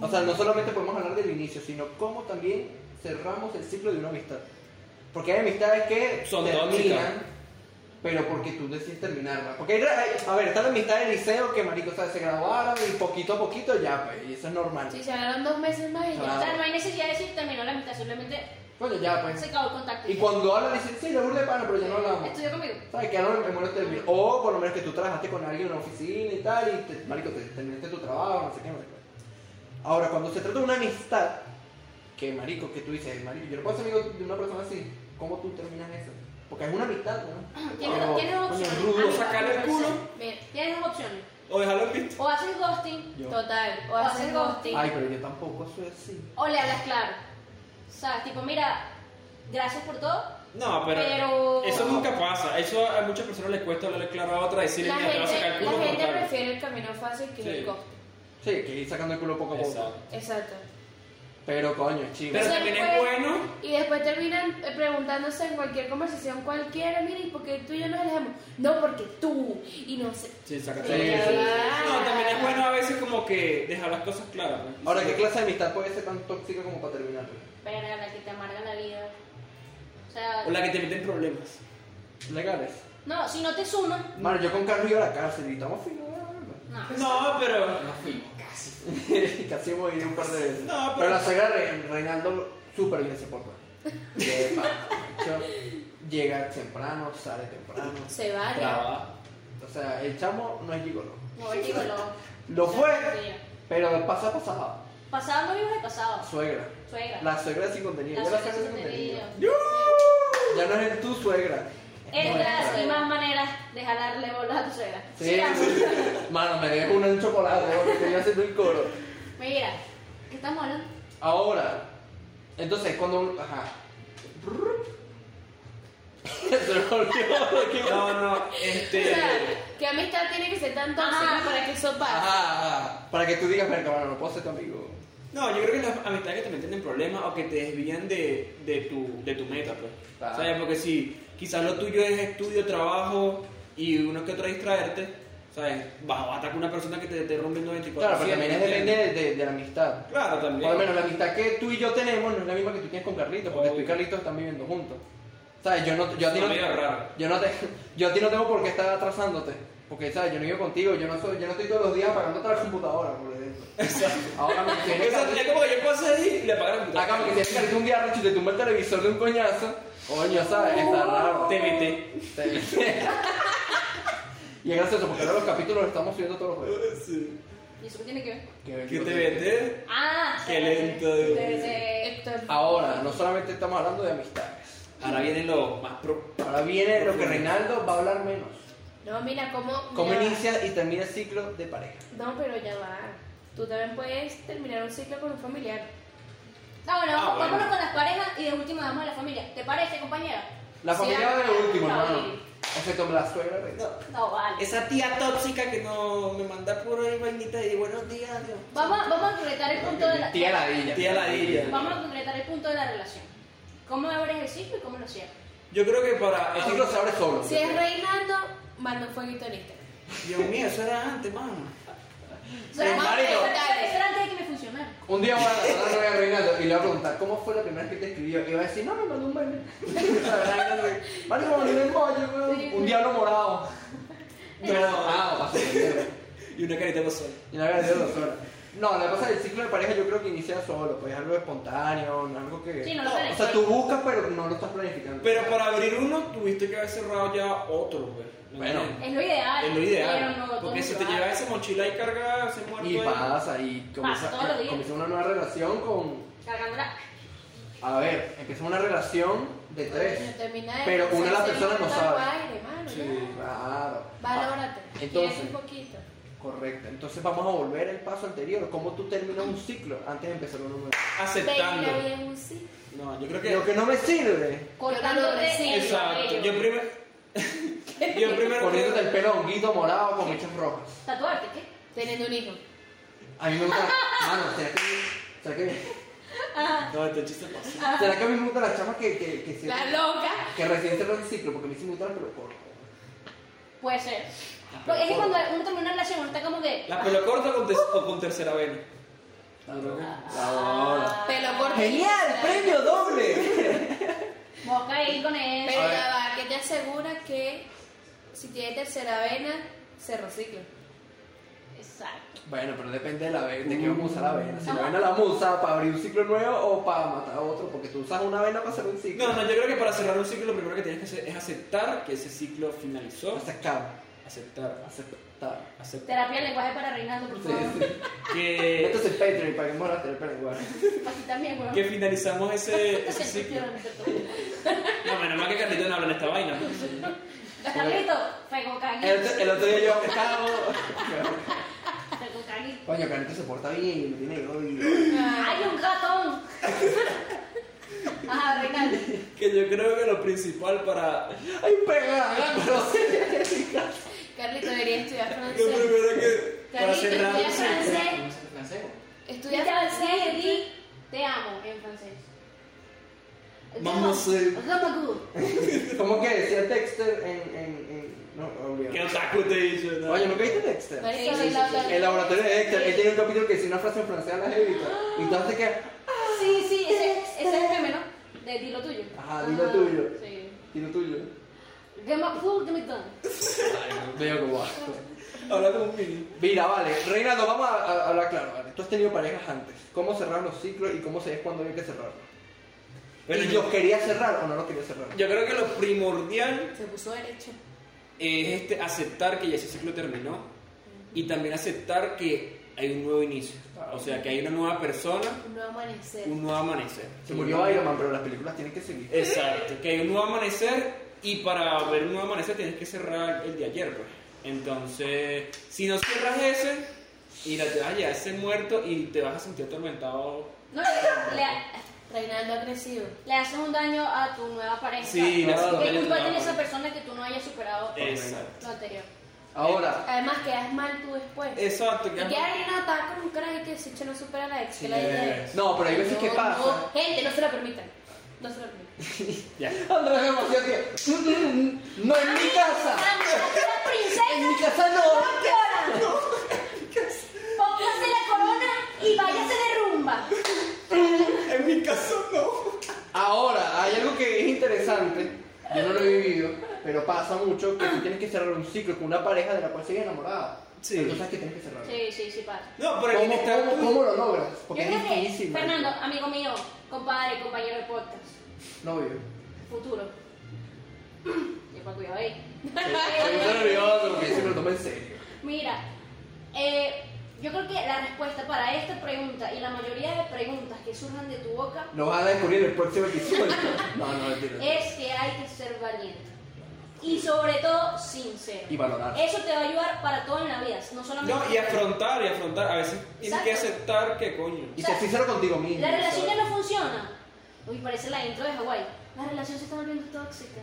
Speaker 1: O sea, no solamente podemos hablar del inicio, sino cómo también cerramos el ciclo de una amistad. Porque hay amistades que
Speaker 5: Son tóxicas.
Speaker 1: terminan, pero porque tú decides terminarla. Porque hay, hay- a ver, está la amistad del liceo que marico, o sea, se graduaron y poquito a poquito ya, pues, y eso es normal.
Speaker 4: Sí, se hablaron dos meses más y ya.
Speaker 1: Claro.
Speaker 3: O sea, no hay necesidad de decir terminó la amistad, simplemente
Speaker 1: Bueno, ya, pues.
Speaker 3: se acabó el contacto.
Speaker 1: Y cuando hablan dicen, sí, la burla de pana, pero ya no hablamos.
Speaker 3: Estudió conmigo.
Speaker 1: ¿Sabes? Que ahora me molesta el- O por lo menos que tú trabajaste con alguien en una oficina y tal, y te- marico, te terminaste tu trabajo, no sé qué, no sé qué. Ahora, cuando se trata de una amistad, que marico, que tú dices, marico, yo no puedo ser amigo de una persona así, ¿cómo tú terminas eso? Porque es una amistad, ¿no?
Speaker 3: Tienes,
Speaker 1: Oh,
Speaker 3: tienes dos
Speaker 1: coño,
Speaker 3: opciones.
Speaker 1: rudo,
Speaker 3: Amigo,
Speaker 5: sacarle el
Speaker 3: amigo,
Speaker 5: culo.
Speaker 4: Mira,
Speaker 3: Tienes dos opciones.
Speaker 5: O dejarlo en visto.
Speaker 3: O haces ghosting
Speaker 1: Yo.
Speaker 4: Total, o
Speaker 3: O
Speaker 4: haces
Speaker 3: haces
Speaker 4: ghosting.
Speaker 1: Ay, pero yo tampoco soy así.
Speaker 3: o le hablas claro. ¿Sabes? Tipo, mira, gracias por todo.
Speaker 5: No, pero,
Speaker 3: Pero-
Speaker 5: eso nunca pasa. Eso a muchas personas les cuesta hablarle claro a otra, decirle
Speaker 4: La
Speaker 5: mira, te vas a
Speaker 4: gente,
Speaker 5: sacar el
Speaker 4: la
Speaker 5: culo. no,
Speaker 4: gente
Speaker 5: claro".
Speaker 4: prefiere el camino fácil que
Speaker 5: Sí.
Speaker 4: el ghosting.
Speaker 1: Sí, que ir sacando el culo poco a poco.
Speaker 5: Exacto.
Speaker 4: Exacto.
Speaker 1: Pero coño, es chivo.
Speaker 5: Pero
Speaker 4: Sí,
Speaker 5: también es
Speaker 4: pues.
Speaker 5: bueno.
Speaker 4: Y después terminan eh, preguntándose en cualquier conversación cualquiera, mira, ¿y por qué tú y yo nos alejamos? No, porque tú. Y no sé.
Speaker 5: Sí, sácate
Speaker 1: Sí,
Speaker 5: el
Speaker 1: sí,
Speaker 5: culo.
Speaker 1: sí.
Speaker 4: Ah.
Speaker 5: No, también es bueno a veces como que dejar las cosas claras. pues. ¿no?
Speaker 1: Ahora, ¿qué clase de amistad puede ser tan tóxica como para terminarla?
Speaker 3: Verga, la que te amarga la vida. O sea,
Speaker 5: O la que te meten problemas.
Speaker 1: ¿Legales?
Speaker 3: no, si no te suma,
Speaker 5: Mm.
Speaker 1: Bueno, yo con Carlos iba a la cárcel y estamos finos,
Speaker 3: no.
Speaker 4: Pues
Speaker 5: No, pero.
Speaker 2: No fui, casi.
Speaker 1: Casi morí un par de veces.
Speaker 5: No,
Speaker 1: pero
Speaker 5: pero-
Speaker 1: la saga de Reinaldo súper bien se porta. De pacho, Llega temprano, sale temprano.
Speaker 4: Se va, ya.
Speaker 5: Trabaja.
Speaker 1: O sea, el chamo no es gigolo.
Speaker 3: No, el digo, lo.
Speaker 1: Lo fue,
Speaker 3: Sí.
Speaker 1: pero pasa pasado.
Speaker 3: Pasado no vimos de pasado.
Speaker 1: Suegra.
Speaker 3: Suegra.
Speaker 1: La suegra sin contenido. Ya la suegra sin contenido.
Speaker 3: Yo.
Speaker 1: Ya no es tu suegra. es
Speaker 3: Estas
Speaker 1: nuestra.
Speaker 3: y más maneras de jalarle bola a tu suegra.
Speaker 1: Sí.
Speaker 3: Sigamos.
Speaker 1: Mano, me dejo una en chocolate, porque estoy haciendo el coro.
Speaker 3: Mira, ¿qué estamos hablando?
Speaker 1: Ahora, entonces cuando. Ajá. Se me olvidó lo que iba a
Speaker 5: No, no,
Speaker 4: O
Speaker 5: este.
Speaker 4: sea, ¿qué amistad tiene que ser tan tóxica
Speaker 3: Ajá.
Speaker 4: para que eso pase?
Speaker 1: Ajá, para que tú digas, mira, cabrón, no puedo ser tu amigo.
Speaker 5: No, yo creo que las amistades que te meten en problemas o que te desvían de, de, tu, de tu meta, pues.
Speaker 1: Claro.
Speaker 5: ¿Sabes? Porque si quizás lo tuyo es estudio, trabajo y uno que otro distraerte, ¿sabes? Vas a atacar una persona que te, te rompe el 94.
Speaker 1: Claro, pero también es depende de, de- de la amistad.
Speaker 5: Claro, también.
Speaker 1: Por lo menos la amistad que tú y yo tenemos no es la misma que tú tienes con Carlitos, porque tú y Carlitos están viviendo juntos. ¿Sabes? Yo no, yo a ti no,
Speaker 5: Una amiga rara.
Speaker 1: yo no, te, yo a ti no tengo por qué estar atrasándote. Porque, ¿sabes? Yo no vivo contigo, yo no, soy, yo no estoy todos los días apagando otra computadora, por ejemplo. Ahora me tienes
Speaker 5: Exacto, ya como que yo pasé ahí y le pagaron puta.
Speaker 1: Acá, porque si Carlitos un día arrecho y te tumba el televisor de un coñazo, coño, ¿sabes? Está raro.
Speaker 5: Te meté.
Speaker 1: y es gracioso porque ahora los capítulos los estamos subiendo todos los jueves.
Speaker 5: Sí.
Speaker 3: ¿Y eso qué tiene que ver?
Speaker 1: Que
Speaker 5: Que te meté.
Speaker 3: Ah,
Speaker 5: Qué lento de-
Speaker 3: Desde-
Speaker 4: Héctor.
Speaker 1: Ahora, no solamente estamos hablando de amistades.
Speaker 5: Ahora viene lo más pro.
Speaker 1: Ahora viene lo que Reinaldo va a hablar menos.
Speaker 4: No, mira, ¿cómo,
Speaker 1: Cómo
Speaker 4: ya va.
Speaker 1: inicia y termina el ciclo de pareja.
Speaker 4: No, pero ya va. Tú también puedes terminar un ciclo con un familiar.
Speaker 3: Ah, bueno,
Speaker 5: Ah, bueno.
Speaker 3: vámonos con las parejas y de último damos a la familia. ¿Te parece, compañera?
Speaker 1: La
Speaker 4: Sí,
Speaker 1: familia va
Speaker 4: ahora
Speaker 1: de último,
Speaker 4: la
Speaker 1: hermano.
Speaker 4: familia.
Speaker 1: Excepto la suegra de Reinaldo.
Speaker 3: No, vale.
Speaker 5: Esa tía tóxica que no me manda por ahí vainita y buenos días, adiós.
Speaker 3: Vamos, vamos a concretar el punto de la...
Speaker 1: Tía Ladilla.
Speaker 5: Tía Ladilla.
Speaker 3: Vamos a concretar el punto de la relación. ¿Cómo abres el ciclo y cómo lo cierras?
Speaker 5: Yo creo que para.
Speaker 1: El ciclo se abre solo.
Speaker 4: Si es reinando, manda un fueguito en Instagram.
Speaker 5: Dios mío, eso era antes, mano.
Speaker 3: Eso era-
Speaker 1: marido.
Speaker 3: eso era- eso era antes de que me funcionara.
Speaker 1: Un día van a hablar a Reinaldo y le va a preguntar ¿Cómo fue la primera vez que te escribió? Y va a decir, no, me mandó un meme Vale, me mandó un emoji, weón. Un diablo morado Un diablo
Speaker 3: ah,
Speaker 1: morado, pasó
Speaker 5: ah, Y una carita pasó.
Speaker 1: Y no había dos horas No, la cosa del ciclo de pareja yo creo que inicia solo Pues es algo espontáneo, no es algo que...
Speaker 3: Sí, no lo
Speaker 1: o sea, tú buscas pero no lo estás planificando
Speaker 5: Pero para abrir uno, tuviste que haber cerrado ya otro, güey. ¿Me
Speaker 1: Bueno.
Speaker 5: entiendes?
Speaker 3: Es lo ideal.
Speaker 5: es lo
Speaker 3: pero no,
Speaker 5: ideal.
Speaker 3: todo
Speaker 5: porque
Speaker 3: el
Speaker 5: si
Speaker 3: mundo
Speaker 5: te
Speaker 3: lo
Speaker 5: llevas
Speaker 3: hace.
Speaker 5: esa mochila y cargas ese muerto
Speaker 1: Y
Speaker 5: ahí.
Speaker 1: pasa, y comienza,
Speaker 3: Pasa todos los días.
Speaker 1: comienza una nueva relación con...
Speaker 3: Cargándola.
Speaker 1: A ver, empieza una relación de tres
Speaker 4: Coño, termina de
Speaker 1: Pero una de las
Speaker 4: hacer
Speaker 1: personas no
Speaker 4: tanto
Speaker 1: sabe
Speaker 4: aire, mano,
Speaker 1: Sí, claro Ah,
Speaker 4: ya. Valórate.
Speaker 1: Entonces-
Speaker 4: Entonces, un poquito.
Speaker 1: Correcto, entonces vamos a volver al paso anterior, cómo tú terminas un ciclo antes de empezar uno nuevo.
Speaker 5: Aceptando.
Speaker 4: Baby, la vida es un sí.
Speaker 5: No, yo creo
Speaker 1: Lo
Speaker 5: que.
Speaker 1: que no me sirve,
Speaker 3: Cortándote
Speaker 4: recibo.
Speaker 3: el
Speaker 5: Exacto.
Speaker 3: cabello.
Speaker 5: Yo primero. Yo primero.
Speaker 1: poniéndote el pelo honguito morado con mechas rojas.
Speaker 3: Tatuarte, ¿qué?
Speaker 4: Teniendo un hijo.
Speaker 1: A mí me gusta, mano, ¿será que, será que,
Speaker 5: No, este chiste pasó.
Speaker 1: será que a mí me gustan las chamas que, que, que, se-
Speaker 4: La loca.
Speaker 1: que recién cerraron el ciclo? Porque a mí sí me gustan las pelo corto.
Speaker 3: Puede ser.
Speaker 5: Ah, pero
Speaker 3: Porque es que
Speaker 5: por-
Speaker 3: cuando uno termina una relación, uno está como que. "Ah,
Speaker 5: La pelo corta con te- o con tercera vena.
Speaker 1: La bola.
Speaker 4: Pelo corto.
Speaker 1: ¡Genial! ¡Premio doble!
Speaker 3: Mosca ahí con
Speaker 4: Pero
Speaker 3: eso.
Speaker 1: A ver.
Speaker 4: ya va, que te asegura que si tiene tercera vena, se recicla.
Speaker 3: Exacto.
Speaker 1: Bueno, pero depende de la vena, de qué vamos a usar la vena. Si la vena la vamos a usar para abrir un ciclo nuevo o para matar a otro, porque tú usas una vena para hacer un ciclo.
Speaker 5: No, no, yo creo que para cerrar un ciclo lo primero que tienes que hacer es aceptar que ese ciclo finalizó.
Speaker 1: Se acaba,
Speaker 5: Aceptar,
Speaker 1: aceptar.
Speaker 5: aceptar.
Speaker 3: Terapia de lenguaje para Reinaldo, por
Speaker 1: Sí,
Speaker 3: favor.
Speaker 1: sí.
Speaker 5: Que,
Speaker 1: Esto es Patreon para que mueras el pelo igual.
Speaker 3: Para ti también, weón.
Speaker 5: que finalizamos ese, ese
Speaker 3: Sí,
Speaker 5: ciclo.
Speaker 3: sí, sí.
Speaker 5: No, menos mal que Carlito no habla en esta vaina.
Speaker 3: Carlito, Fego
Speaker 1: El,
Speaker 3: Cagui.
Speaker 1: otro- el otro día yo estaba.
Speaker 3: Fego Cagui.
Speaker 1: Coño, Carlito se porta bien y me tiene odio.
Speaker 3: ¡Ay, un ratón! Ajá, Reinaldo.
Speaker 5: Que yo creo que lo principal para.
Speaker 1: Hay un perro
Speaker 4: Carly, debería estudiar
Speaker 5: Lo
Speaker 4: francés.
Speaker 5: primero que. Para
Speaker 4: Carlito,
Speaker 5: cerrar
Speaker 4: estudia
Speaker 5: un ciclo.
Speaker 4: francés.
Speaker 3: Te
Speaker 4: Estudia francés,
Speaker 3: amo,
Speaker 4: di.
Speaker 3: di, Te amo en francés.
Speaker 5: Vamos a ser-
Speaker 3: Ramagú.
Speaker 1: ¿Cómo que decía Dexter en. en, en... No, obvio.
Speaker 5: Que otaku te hizo, ¿no?
Speaker 1: Oye, ¿nunca viste Dexter?
Speaker 4: Marica,
Speaker 3: Sí, sí,
Speaker 4: la-
Speaker 3: sí,
Speaker 4: la-
Speaker 1: El laboratorio de Dexter. Él tiene un capítulo que dice una frase en francés a la jevita. Y tú haces que.
Speaker 3: Sí, sí, ese, ese es el meme, ¿no? De dilo tuyo.
Speaker 5: Ah,
Speaker 1: Ajá, di lo tuyo.
Speaker 3: Sí.
Speaker 1: Y lo tuyo.
Speaker 3: Ramagú, que me dan.
Speaker 1: Veo como asco.
Speaker 5: Habla como un mini.
Speaker 1: Mira, vale, Reinaldo, vamos a, a- a hablar claro, vale. Tú has tenido parejas antes. ¿Cómo cerrar los ciclos y cómo sabes cuándo hay que cerrarlos?
Speaker 5: Bueno,
Speaker 1: ¿Y
Speaker 5: yo-
Speaker 1: los quería cerrar o no los quería cerrar?
Speaker 5: Yo creo que lo primordial
Speaker 4: Se puso derecho.
Speaker 5: es este, aceptar que ya ese ciclo terminó y también aceptar que hay un nuevo inicio. O sea, que hay una nueva persona,
Speaker 4: Un nuevo amanecer.
Speaker 5: un nuevo amanecer.
Speaker 1: Se murió Iron Man, pero las películas tienen que seguir.
Speaker 5: Exacto, que hay un nuevo amanecer y para ver un nuevo amanecer tienes que cerrar el de ayer, pues. Entonces, si no cierras ese, y la te vas a llegar a ese muerto y te vas a sentir atormentado.
Speaker 3: No, le, le,
Speaker 4: Reinaldo ha crecido.
Speaker 3: le haces un daño a tu nueva pareja.
Speaker 5: Sí,
Speaker 3: ¿Qué
Speaker 5: le haces un daño a tu
Speaker 3: culpa
Speaker 5: nueva
Speaker 3: tiene esa
Speaker 5: pareja.
Speaker 3: persona que tú no hayas superado
Speaker 5: Exacto.
Speaker 3: lo anterior?
Speaker 1: Ahora,
Speaker 4: Además, quedas mal tú después.
Speaker 5: Exacto, que
Speaker 4: Y quedas en una ataque con un carajo que ese hecho no supera a la ex. que la idea.
Speaker 1: no, pero hay veces que
Speaker 4: No,
Speaker 1: pasa.
Speaker 4: no. Gente, no se lo permitan. No se lo permitan.
Speaker 5: ya.
Speaker 1: Andrés demasiado tiempo. No en mi casa.
Speaker 3: ¡La princesa!
Speaker 1: En mi casa no.
Speaker 3: Póngase la corona y váyase de rumba.
Speaker 5: En mi caso no.
Speaker 1: Ahora, hay algo que es interesante. Yo no lo he vivido, pero pasa mucho que tú tienes que cerrar un ciclo con una pareja de la cual sigues enamorada.
Speaker 5: Sí.
Speaker 1: Pero tú sabes que tienes que cerrarlo.
Speaker 3: Sí, sí, sí pasa.
Speaker 5: No, pero
Speaker 1: ¿Cómo,
Speaker 5: aquí está
Speaker 1: cómo, cómo lo logras?
Speaker 3: Yo
Speaker 1: Porque
Speaker 3: creo
Speaker 1: es
Speaker 3: que,
Speaker 1: difícil. marico.
Speaker 3: Fernando, amigo mío, compadre, compañero de podcast,
Speaker 1: Novio.
Speaker 3: futuro. Lleva cuidado ahí.
Speaker 1: Estoy nervioso porque siempre lo tomo en serio.
Speaker 3: Mira, eh, yo creo que la respuesta para esta pregunta y la mayoría de preguntas que surjan de tu boca
Speaker 1: Lo vas a descubrir en el próximo episodio. No, no, mentira.
Speaker 3: es que hay que ser valiente. Y sobre todo, sincero.
Speaker 1: Y valorar.
Speaker 3: Eso te va a ayudar para todo en la vida. No solamente.
Speaker 5: No, y afrontar, y afrontar. A veces tienes que
Speaker 3: Exacto.
Speaker 5: aceptar que coño.
Speaker 1: Y ser sincero contigo mismo.
Speaker 3: La relación ya
Speaker 1: ¿sabes?
Speaker 3: no funciona. Uy, parece la intro de Hawái. La relación se está volviendo tóxica.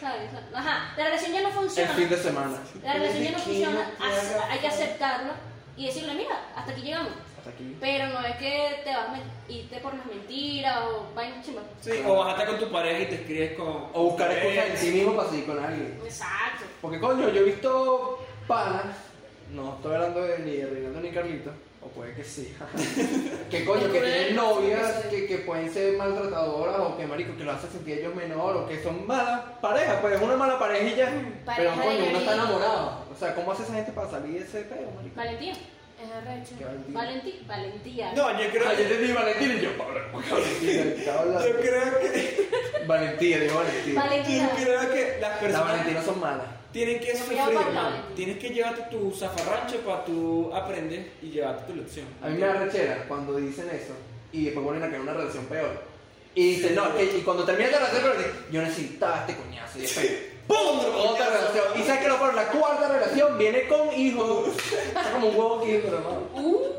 Speaker 3: ¿Sabes? Ajá. La relación ya no
Speaker 1: El
Speaker 3: funciona.
Speaker 1: fin de semana.
Speaker 3: La relación ya no
Speaker 1: Quiero
Speaker 3: funciona.
Speaker 1: que hagas
Speaker 3: ace- Hay que aceptarla y decirle, mira, hasta aquí llegamos.
Speaker 1: hasta aquí.
Speaker 3: Pero no es que te vas a met- irte por las mentiras o vainas chimbas.
Speaker 5: Sí, o vas a estar con tu pareja y te escribes con.
Speaker 1: O buscar excusas en
Speaker 5: Eh,
Speaker 1: sí mismo para seguir con alguien.
Speaker 3: Exacto.
Speaker 1: Porque coño, yo he visto panas, no estoy hablando de ni de Reinaldo ni Carlito, o puede que sí. que coño, que tienen novias que, que pueden ser maltratadoras o que marico, que lo hacen sentir ellos menor o que son malas parejas, pues es una mala parejilla, pero
Speaker 3: Pareja de
Speaker 1: coño, uno está
Speaker 3: Gabriel.
Speaker 1: enamorado. O sea, ¿cómo hace esa gente para salir de ese pedo, marico?
Speaker 3: Valentía.
Speaker 4: Es arrecho.
Speaker 1: Que Valentín.
Speaker 3: Valentí. Valentía.
Speaker 5: No, yo creo
Speaker 1: Ah, yo
Speaker 5: que.
Speaker 1: entendí Valentín y yo, Pablo, ¿por qué Valentín? Estaba
Speaker 5: Yo
Speaker 1: hablando.
Speaker 5: creo que.
Speaker 1: Valentía, digo Valentín.
Speaker 5: Yo
Speaker 3: Valentía.
Speaker 5: creo que las
Speaker 1: Las
Speaker 5: personas.
Speaker 1: Valentinas son malas.
Speaker 5: Tienen que
Speaker 3: Yo me
Speaker 5: sufrir,
Speaker 3: llamo Pablo.
Speaker 5: hermano. Tienes que llevarte tu zafarrancho para tú aprendes y llevarte tu lección.
Speaker 1: A mí me da rechera cuando dicen eso y después ponen a crear una relación peor. Y dicen, no, que- y cuando termina la relación, pero dicen, yo necesitaba este coñazo. Y después, ¡pum! Otra relación. Y sabes que lo peor, la cuarta relación viene con hijos. Está como un huevo aquí, pero no.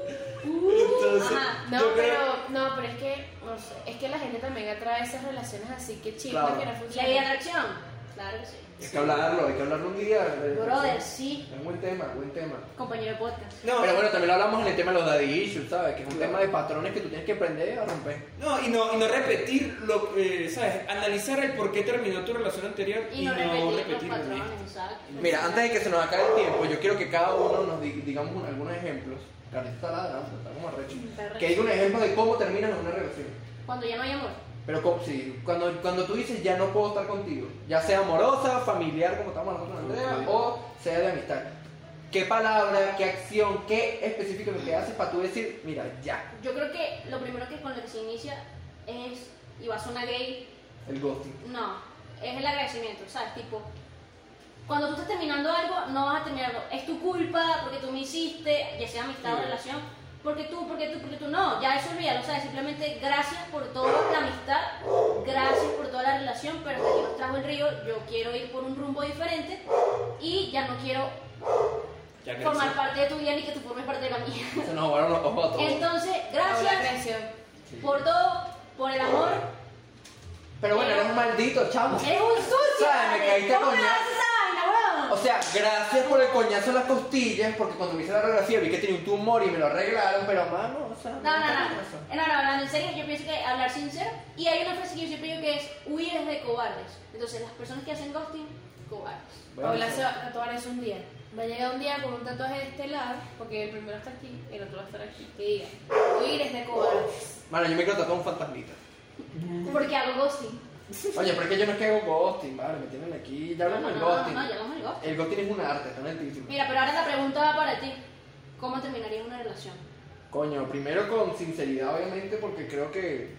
Speaker 5: Entonces,
Speaker 3: Ajá.
Speaker 4: Uh, No,
Speaker 5: yo creo-
Speaker 4: pero, no, pero es que, no sé, es que la gente también atrae esas relaciones así que chicas
Speaker 1: Claro.
Speaker 4: que no
Speaker 3: La ley de
Speaker 4: funcionan.
Speaker 3: atracción. Claro que sí.
Speaker 1: Hay que hablarlo, hay que hablarlo un día.
Speaker 3: Brother, sí.
Speaker 1: Es un buen tema, buen tema.
Speaker 3: Compañero de podcast.
Speaker 5: No,
Speaker 1: Pero bueno, también lo hablamos en el tema de los daddy issues, ¿sabes? Que es un
Speaker 5: Claro.
Speaker 1: tema de patrones que tú tienes que aprender a romper.
Speaker 5: no, y no, y no repetir lo que, ¿sabes? Analizar el por qué terminó tu relación anterior
Speaker 3: Y no repetir los
Speaker 5: repetirlo.
Speaker 3: patrones, exacto.
Speaker 1: Mira, antes de que se nos acabe el tiempo, yo quiero que cada uno nos di- digamos un- algunos ejemplos. Carlos está ladrando, está como arrecho.
Speaker 3: Está arrecho.
Speaker 1: Que diga un ejemplo de cómo terminas una relación.
Speaker 3: Cuando ya no hay amor.
Speaker 1: Pero cómo- sí, cuando, cuando tú dices ya no puedo estar contigo, ya sea amorosa, familiar, como estamos hablando con Andrea, o sea de amistad. ¿Qué palabra, qué acción, qué específico que haces para tú decir, mira, ya,
Speaker 3: Yo creo que lo primero que con lo que se inicia es, y va a sonar gay,
Speaker 1: el ghosting?
Speaker 3: no, es el agradecimiento, ¿sabes? Tipo, cuando tú estás terminando algo, no vas a terminarlo. Es tu culpa, porque tú me hiciste, ya sea amistad o relación, porque tú, porque tú, porque tú, no, ya eso olvídalo, ¿sabes? Simplemente gracias por toda la amistad, gracias por toda la relación, pero hasta aquí nos trajo el río, yo quiero ir por un rumbo diferente y ya no quiero
Speaker 5: Ya crecí.
Speaker 3: formar parte de tu vida ni que tú formes parte de la mía.
Speaker 1: Se nos jugaron los ojos a todos.
Speaker 3: Entonces,
Speaker 4: Ahora
Speaker 3: gracias
Speaker 4: creció.
Speaker 3: por todo, por el amor.
Speaker 1: Pero bueno, eres un maldito, chamo.
Speaker 3: Eres un sucio.
Speaker 1: ¿Sabes? Me caíste
Speaker 3: ¿Cómo
Speaker 1: a
Speaker 3: me
Speaker 1: coñazo.
Speaker 3: haces esa vaina,
Speaker 1: O
Speaker 3: weón?
Speaker 1: sea, gracias por el coñazo en las costillas, porque cuando me hice la radiografía vi que tenía un tumor y me lo arreglaron, pero mano, o sea,
Speaker 3: No, no,
Speaker 1: está
Speaker 3: no.
Speaker 1: bien eso.
Speaker 3: Eh, No, no, hablando en serio, yo pienso que hablar sincero. Y hay una frase que yo siempre digo que es huir es de cobardes. Entonces, las personas que hacen ghosting, cobardes.
Speaker 1: Bueno,
Speaker 4: Paula
Speaker 1: sí.
Speaker 4: se va a tatuar eso un día. Va a llegar un día con un tatuaje de este lado, porque el primero está aquí, el otro va a estar aquí. Que diga, huir es de cobardes.
Speaker 1: Mano, yo me quiero tatuar un fantasmita.
Speaker 3: Porque hago ghosting.
Speaker 1: Oye, pero es que yo no es que hago ghosting, vale, me tienen aquí, ya hablamos
Speaker 3: no,
Speaker 1: del
Speaker 3: no,
Speaker 1: ghosting.
Speaker 3: no, ya hablamos del ghosting.
Speaker 1: El ghosting es un arte, está en el título.
Speaker 3: Mira, pero ahora la pregunta va para ti. ¿Cómo terminarías una relación?
Speaker 1: Coño, primero con sinceridad, obviamente, porque creo que.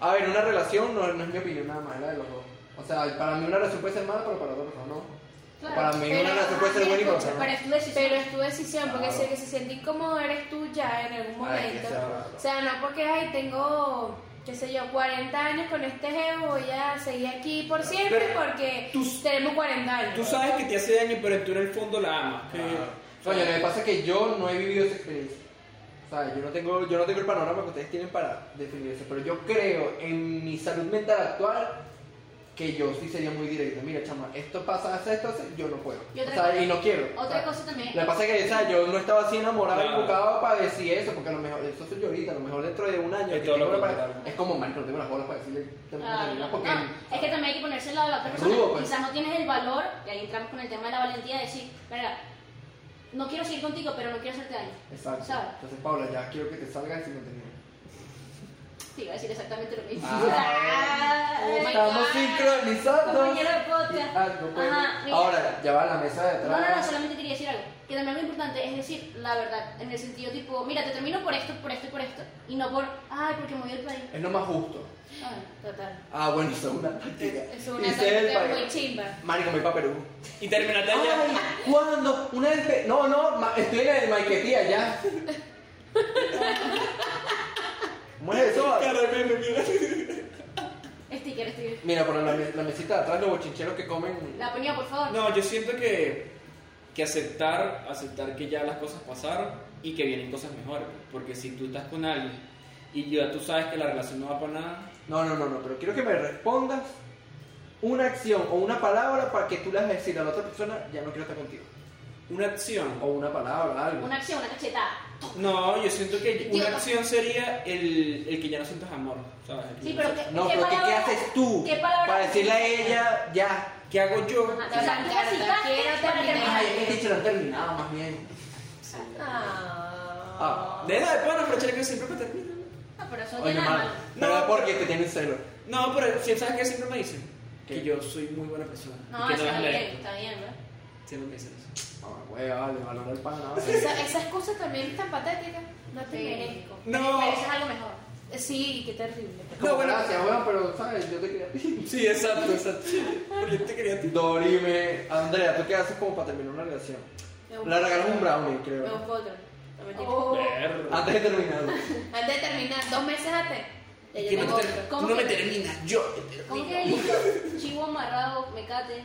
Speaker 1: A ver, una relación no, no es mi opinión nada más, es la de los dos. O sea, para mí una relación puede ser mala, pero para otra persona no.
Speaker 3: Claro,
Speaker 1: para mí
Speaker 4: pero-
Speaker 1: una relación puede ser buena y para otra no.
Speaker 3: Pero es tu decisión.
Speaker 4: Pero es tu decisión, porque
Speaker 1: Claro.
Speaker 4: si el que se siente incómodo eres tú ya en algún
Speaker 1: Ay, que
Speaker 4: momento.
Speaker 1: sea barato.
Speaker 4: O sea, no porque, ay, tengo, qué sé yo, 40 años con este jefe, voy a seguir aquí por siempre
Speaker 5: Pero
Speaker 4: porque
Speaker 5: tú-
Speaker 4: tenemos 40 años.
Speaker 5: Tú sabes que te hace daño, pero tú en el fondo la amas. que-
Speaker 1: Claro. Coño, lo que pasa es que yo no he vivido esa experiencia. O sea, yo no tengo, yo no tengo el panorama que ustedes tienen para definir eso. Pero yo creo en mi salud mental actual que yo sí sería muy directo. Mira, chama, esto pasa, hace esto, hace, yo no puedo.
Speaker 3: Y otra
Speaker 1: o sea,
Speaker 3: cosa-
Speaker 1: y no quiero.
Speaker 3: otra
Speaker 1: O sea,
Speaker 3: cosa también-
Speaker 1: Lo que pasa es que o sea, yo no estaba así enamorado y
Speaker 5: Claro.
Speaker 1: buscado para decir eso, porque a lo mejor, eso soy yo ahorita, a lo mejor dentro de un año. que
Speaker 5: Es todo lo
Speaker 1: tengo una
Speaker 5: contrario.
Speaker 1: pareja- es como, marico, no tengo las bolas para decirle. tengo que
Speaker 3: Claro,
Speaker 1: terminar",
Speaker 3: no,
Speaker 1: porque-
Speaker 3: es que también hay que ponerse al lado de la otra persona.
Speaker 1: Rudo, pues.
Speaker 3: Quizás no tienes el valor, y ahí entramos con el tema de la valentía, de decir, verga, no quiero seguir contigo, pero no quiero hacerte daño.
Speaker 1: Exacto.
Speaker 3: ¿Sabes?
Speaker 1: Entonces, Paula, ya quiero que te salgas sin contenido.
Speaker 3: Sí, iba a decir exactamente lo mismo.
Speaker 1: Ah.
Speaker 4: oh
Speaker 3: Ay,
Speaker 1: Estamos sincronizados.
Speaker 3: compañero de podcast.
Speaker 1: Algo, pues.
Speaker 3: Ajá, mira.
Speaker 1: Ahora, ya va a la mesa de
Speaker 3: No, no, no,
Speaker 1: atrás.
Speaker 3: solamente quería decir algo. Que también lo importante es decir la verdad, en el sentido tipo, mira, te termino por esto, por esto y por esto, y no por, ay, porque me voy del país.
Speaker 1: Es lo más justo.
Speaker 3: Ay.
Speaker 4: Total.
Speaker 1: Ah, bueno, eso es una táctica.
Speaker 4: Es una
Speaker 1: Hice el
Speaker 4: táctica
Speaker 1: país.
Speaker 4: muy chimba.
Speaker 1: Marico, me iba a Perú.
Speaker 5: Y terminaste
Speaker 1: Ay,
Speaker 5: allá.
Speaker 1: ¿cuándo? Una despe... No, no, ma- estoy en el Maiquetía ya. ¿Cómo es eso?
Speaker 5: Caramelo, mira.
Speaker 3: Sticker, sticker.
Speaker 1: Mira, por la, la mesita de atrás, los bochincheros que comen.
Speaker 3: La ponía, por favor.
Speaker 5: No, yo siento que, que aceptar, aceptar que ya las cosas pasaron y que vienen cosas mejores. Porque si tú estás con alguien y ya tú sabes que la relación no va para nada,
Speaker 1: No, no, no, no, pero quiero que me respondas una acción o una palabra para que tú le hagas decir a la otra persona, ya no quiero estar contigo.
Speaker 5: una acción.
Speaker 1: O una palabra, algo.
Speaker 3: Una acción, una cachetada.
Speaker 5: No, yo siento que
Speaker 3: Yo-
Speaker 5: una acción sería el, el que ya no sientas amor, ¿sabes? El que
Speaker 3: Sí,
Speaker 5: no
Speaker 3: pero
Speaker 5: sientas-
Speaker 3: ¿qué,
Speaker 1: No,
Speaker 3: qué
Speaker 1: pero ¿qué, qué
Speaker 3: palabra-
Speaker 1: haces tú
Speaker 3: ¿Qué palabra
Speaker 1: para decirle a
Speaker 3: utilizas?
Speaker 1: ella ya?
Speaker 5: ¿Qué hago yo?
Speaker 3: O sea, tú la citaste
Speaker 4: Quiero
Speaker 3: para terminar.
Speaker 4: terminar.
Speaker 1: Ay, es que dicho lo terminado más bien.
Speaker 4: Ah.
Speaker 1: Ah,
Speaker 5: Nena, después van a aprovechar que siempre me terminan.
Speaker 3: No, pero eso no
Speaker 1: Oye,
Speaker 3: tiene nada
Speaker 1: mal.
Speaker 3: malo.
Speaker 1: Pero
Speaker 5: No,
Speaker 1: es porque te tienen celo.
Speaker 5: No, pero si sabes que siempre me dicen
Speaker 1: ¿Qué?
Speaker 5: que yo soy muy buena persona.
Speaker 3: No,
Speaker 5: y que
Speaker 3: eso está
Speaker 5: es
Speaker 3: bien,
Speaker 5: lento.
Speaker 3: está bien, ¿verdad?
Speaker 5: Siempre me dicen eso.
Speaker 1: Ah, güey, vale, valora el pan. ah, güey.
Speaker 4: Esa- esas cosas también están patéticas. No te
Speaker 3: Sí.
Speaker 4: merezco.
Speaker 5: No.
Speaker 3: Mereces algo mejor.
Speaker 4: Sí, qué terrible.
Speaker 1: Como,
Speaker 5: No, bueno.
Speaker 1: Gracias, weón, pero sabes, yo te quería.
Speaker 5: Sí, exacto, exacto. Porque yo te quería a ti.
Speaker 1: Dorime, Andrea, ¿tú qué haces como para terminar una relación? Le regalas un brownie,
Speaker 4: Me
Speaker 1: creo.
Speaker 4: busco otro. No, mentira.
Speaker 3: Oh.
Speaker 5: Verga.
Speaker 1: Antes de terminarlo.
Speaker 4: Antes de terminar, dos meses antes. Ya yo
Speaker 5: Que no
Speaker 4: tengo
Speaker 5: te-
Speaker 4: otro.
Speaker 5: tú
Speaker 3: ¿Cómo
Speaker 5: no
Speaker 3: que-
Speaker 5: me terminas, yo te termino.
Speaker 3: ¿Cómo que listo? Chivo amarrado, mecate.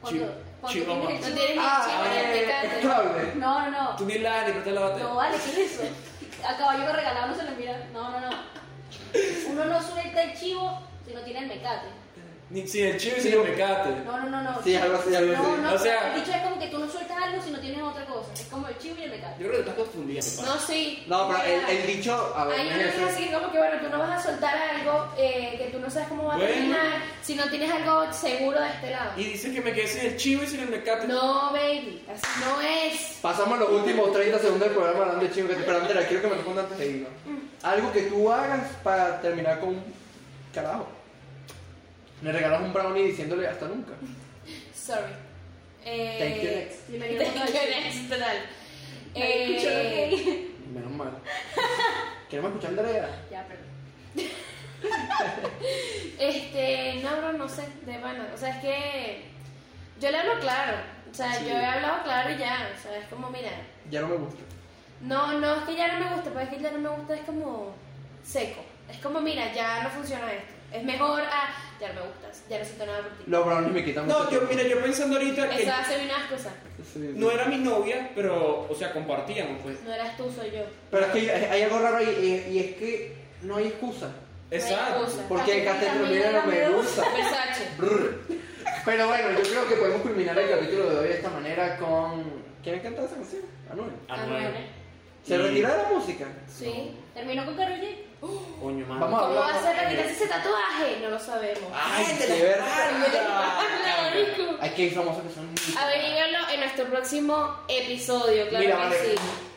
Speaker 3: Cuando,
Speaker 5: Chivo-
Speaker 3: cuando
Speaker 5: chivo
Speaker 3: tienes
Speaker 4: No
Speaker 3: el
Speaker 4: tienes
Speaker 3: chivo-
Speaker 1: Ah,
Speaker 4: ni el chivo ni el
Speaker 1: eh,
Speaker 4: picante.
Speaker 1: estable.
Speaker 3: No, no, no.
Speaker 5: Tú ni la ni no te la bate.
Speaker 3: No vale, ¿qué es eso? A caballo regalado no se le mira. No, no, no. Uno no suelta el chivo si no tiene el mecate.
Speaker 5: Ni si el chivo y sin el mecate.
Speaker 3: No, no, no, no.
Speaker 1: Sí, algo así, algo
Speaker 3: No,
Speaker 1: así.
Speaker 3: no,
Speaker 5: O sea-
Speaker 3: el dicho es como que tú no sueltas algo si no tienes otra cosa. Es como el chivo y el mecate.
Speaker 5: Yo creo que te estás confundiendo. pa.
Speaker 4: No, sí.
Speaker 1: No, pero el, el dicho. A ver,
Speaker 4: Hay
Speaker 1: ¿qué
Speaker 4: una
Speaker 1: es
Speaker 4: que
Speaker 1: eso?
Speaker 4: es así como que bueno, tú no vas a soltar algo eh, que tú no sabes cómo va a
Speaker 5: Bueno.
Speaker 4: terminar si no tienes algo seguro de este lado.
Speaker 5: Y dices que me quedé sin el chivo y sin el mecate.
Speaker 4: No, baby, así no es.
Speaker 1: Pasamos los últimos 30 segundos del programa hablando de chingo. Pero Andrea, quiero que me responda antes de irnos.
Speaker 5: Mm.
Speaker 1: Algo que tú hagas para terminar con un carajo. Le regalas un brownie diciéndole hasta nunca.
Speaker 4: Sorry. Eh,
Speaker 1: Thank you, next.
Speaker 3: Bienvenido
Speaker 4: Thank
Speaker 3: a
Speaker 4: you, next, total. Eh,
Speaker 1: Menos mal. Queremos escuchar a Andrea.
Speaker 3: Ya, perdón.
Speaker 4: Este, no, bro, no sé, de bueno, o sea, es que yo le hablo claro, o sea, yo he hablado claro y ya, o sea, es como, mira,
Speaker 1: Ya no me gusta.
Speaker 4: no, no, es que ya no me gusta, pero es que ya no me gusta, es como seco, es como, mira, ya no funciona esto, es mejor a, ya no me gustas, ya no siento nada por ti.
Speaker 1: Los brownies me quitan
Speaker 5: No,
Speaker 1: mucho
Speaker 5: yo,
Speaker 1: tiempo.
Speaker 5: mira, yo pensando ahorita que
Speaker 4: Eso hace unas cosas,
Speaker 1: Sí, sí.
Speaker 5: no era mi novia, pero, o sea, compartíamos, pues.
Speaker 4: no eras tú, soy yo.
Speaker 1: Pero es que hay, hay algo raro ahí y, y es que no hay excusa.
Speaker 5: Exacto.
Speaker 4: excusa.
Speaker 1: Porque el
Speaker 3: También,
Speaker 1: castellano no me
Speaker 3: también.
Speaker 1: gusta.
Speaker 4: Versace.
Speaker 1: Brr. Pero bueno, yo creo que podemos culminar el capítulo de hoy de esta manera con. ¿Quién canta esa canción? Anuel.
Speaker 5: Ah,
Speaker 3: Anuel.
Speaker 4: ¿eh?
Speaker 1: ¿Se
Speaker 5: Y-
Speaker 1: retira de la música?
Speaker 4: Ah, Sí.
Speaker 3: Terminó con Karol G.
Speaker 5: Coño, mano.
Speaker 1: Vamos
Speaker 4: ¿Cómo va a
Speaker 1: Hablamos
Speaker 4: ser la
Speaker 1: de-
Speaker 4: que te hace ese tatuaje? No lo sabemos.
Speaker 5: Ay,
Speaker 1: Ay,
Speaker 5: de
Speaker 1: qué
Speaker 5: la
Speaker 1: Ah,
Speaker 4: Hola,
Speaker 5: espalda.
Speaker 4: marico.
Speaker 1: Hay que ir famosos que son.
Speaker 4: Averíguenlo en nuestro próximo episodio, claro
Speaker 1: Mira,
Speaker 4: que
Speaker 1: vale.
Speaker 4: sí.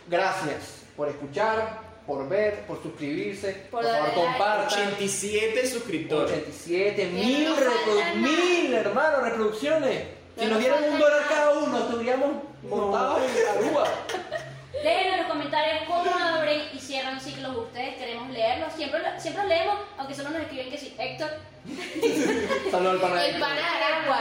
Speaker 1: Gracias por escuchar, por ver, por suscribirse. Por,
Speaker 4: Por
Speaker 1: favor,
Speaker 4: darle like.
Speaker 1: compartan.
Speaker 5: 87 suscriptores.
Speaker 1: 87
Speaker 4: Que
Speaker 1: mil,
Speaker 4: no nos
Speaker 1: reprodu-
Speaker 4: faltan nada.
Speaker 1: mil hermano, reproducciones. Si
Speaker 4: No
Speaker 1: nos
Speaker 4: nos
Speaker 1: dieran un
Speaker 4: faltan
Speaker 1: dólar
Speaker 4: nada.
Speaker 1: cada uno, estuviéramos montados en Aruba.
Speaker 3: Dejen en los comentarios cómo abren y cierran ciclos ustedes. Queremos leerlos. Siempre, lo- siempre los leemos, aunque solo nos escriben que sí. Héctor.
Speaker 1: Saludos al pana.
Speaker 4: El pan de Aragua.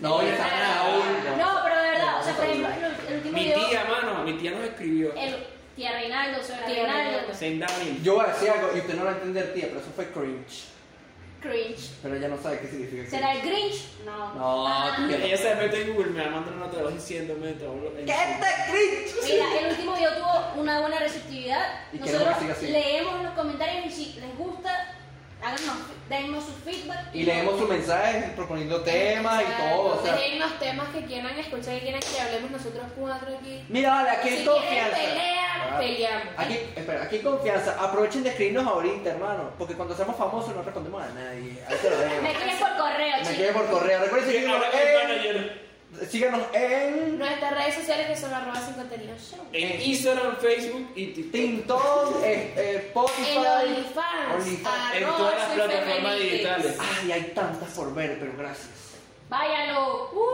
Speaker 1: No, ya
Speaker 4: El
Speaker 1: está
Speaker 4: pan de
Speaker 1: Raúl.
Speaker 3: No, pero de verdad. O sea, por ejemplo, el, el último
Speaker 5: Mi
Speaker 3: video.
Speaker 5: tía, mano, mi tía nos escribió.
Speaker 3: El, tía Reinaldo, suegra
Speaker 4: Tía
Speaker 3: Reinaldo.
Speaker 4: Reinaldo.
Speaker 5: Send a mí.
Speaker 1: Yo voy a decir algo y usted no lo va a entender, tía, pero eso fue cringe.
Speaker 3: Cringe.
Speaker 1: Pero ella no sabe qué significa
Speaker 3: ¿Será
Speaker 1: cringe.
Speaker 3: el Grinch? No.
Speaker 1: No,
Speaker 3: Ah.
Speaker 1: tía.
Speaker 5: Ella se mete en Google, me va a mandar una voz diciéndome todo lo
Speaker 1: ¿Qué está cringe?
Speaker 3: Mira, el último video tuvo una buena receptividad.
Speaker 1: Y queremos
Speaker 3: Nosotros
Speaker 1: que siga así.
Speaker 3: leemos en los comentarios y si les gusta, háganos, dennos su feedback.
Speaker 1: Y leemos sus mensajes proponiendo temas y todo. O sea,
Speaker 4: Dejen los temas que quieran escuchar, que quieran que hablemos nosotros cuatro aquí.
Speaker 1: mira, vale, aquí hay
Speaker 4: Si quieren
Speaker 1: confianza.
Speaker 4: pelear,
Speaker 1: Ah.
Speaker 4: peleamos.
Speaker 1: Aquí, espera, aquí hay confianza. Aprovechen de escribirnos ahorita, hermano. Porque cuando seamos famosos no respondemos a nadie. Ahí se lo dejo.
Speaker 3: Me escriben por correo,
Speaker 1: Me
Speaker 3: chicos.
Speaker 1: quedé por correo. Recuerden seguirnos
Speaker 5: Ahora el
Speaker 1: en.
Speaker 5: manager.
Speaker 1: Síganos en.
Speaker 4: Nuestras redes sociales que son arroba sin contenido show.
Speaker 5: En Instagram, Facebook y TikTok.
Speaker 1: Tinton, eh, eh, Spotify.
Speaker 4: En OnlyFans.
Speaker 1: OnlyFans.
Speaker 5: En
Speaker 4: arroba
Speaker 5: todas las
Speaker 4: soy
Speaker 5: plataformas
Speaker 4: feminista.
Speaker 5: digitales.
Speaker 1: Ay, hay tantas por ver, pero gracias.
Speaker 3: Váyanlo. Uh,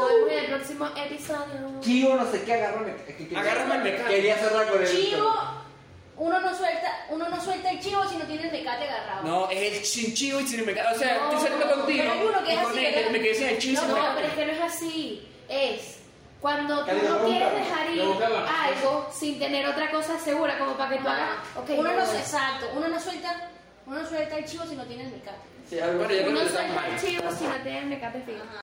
Speaker 4: Nos vemos en el próximo episodio.
Speaker 1: Chivo, no sé qué, agárrame. es que quería-
Speaker 5: Agárrame el mecate.
Speaker 1: Quería cerrar con el.
Speaker 3: Chivo, uno no suelta, uno no suelta el chivo si no tiene el mecate agarrado.
Speaker 5: No, es el chinchivo y sin mecate. O sea,
Speaker 3: No,
Speaker 5: estoy saliendo
Speaker 3: pero
Speaker 5: contigo.
Speaker 3: hay uno que es
Speaker 5: y con
Speaker 3: así,
Speaker 5: él,
Speaker 3: ¿verdad?
Speaker 5: me quedé sin el chinchivo.
Speaker 4: No, pero es que no es así. Es cuando tú
Speaker 1: Cali,
Speaker 4: no
Speaker 1: la
Speaker 4: quieres
Speaker 1: boca.
Speaker 4: dejar
Speaker 2: La
Speaker 4: ir
Speaker 2: boca va.
Speaker 4: algo sin tener otra cosa segura, como para que tú hagas. ok,
Speaker 3: uno
Speaker 4: no
Speaker 3: no
Speaker 4: voy.
Speaker 3: suelta, exacto, uno no suelta, uno no suelta el chivo si no tiene el mecate.
Speaker 1: Sí, algo
Speaker 5: Bueno, ya
Speaker 1: así.
Speaker 5: creo
Speaker 4: Uno
Speaker 5: que está
Speaker 4: suelta
Speaker 5: mal.
Speaker 4: archivos si no tienes mecate fijo.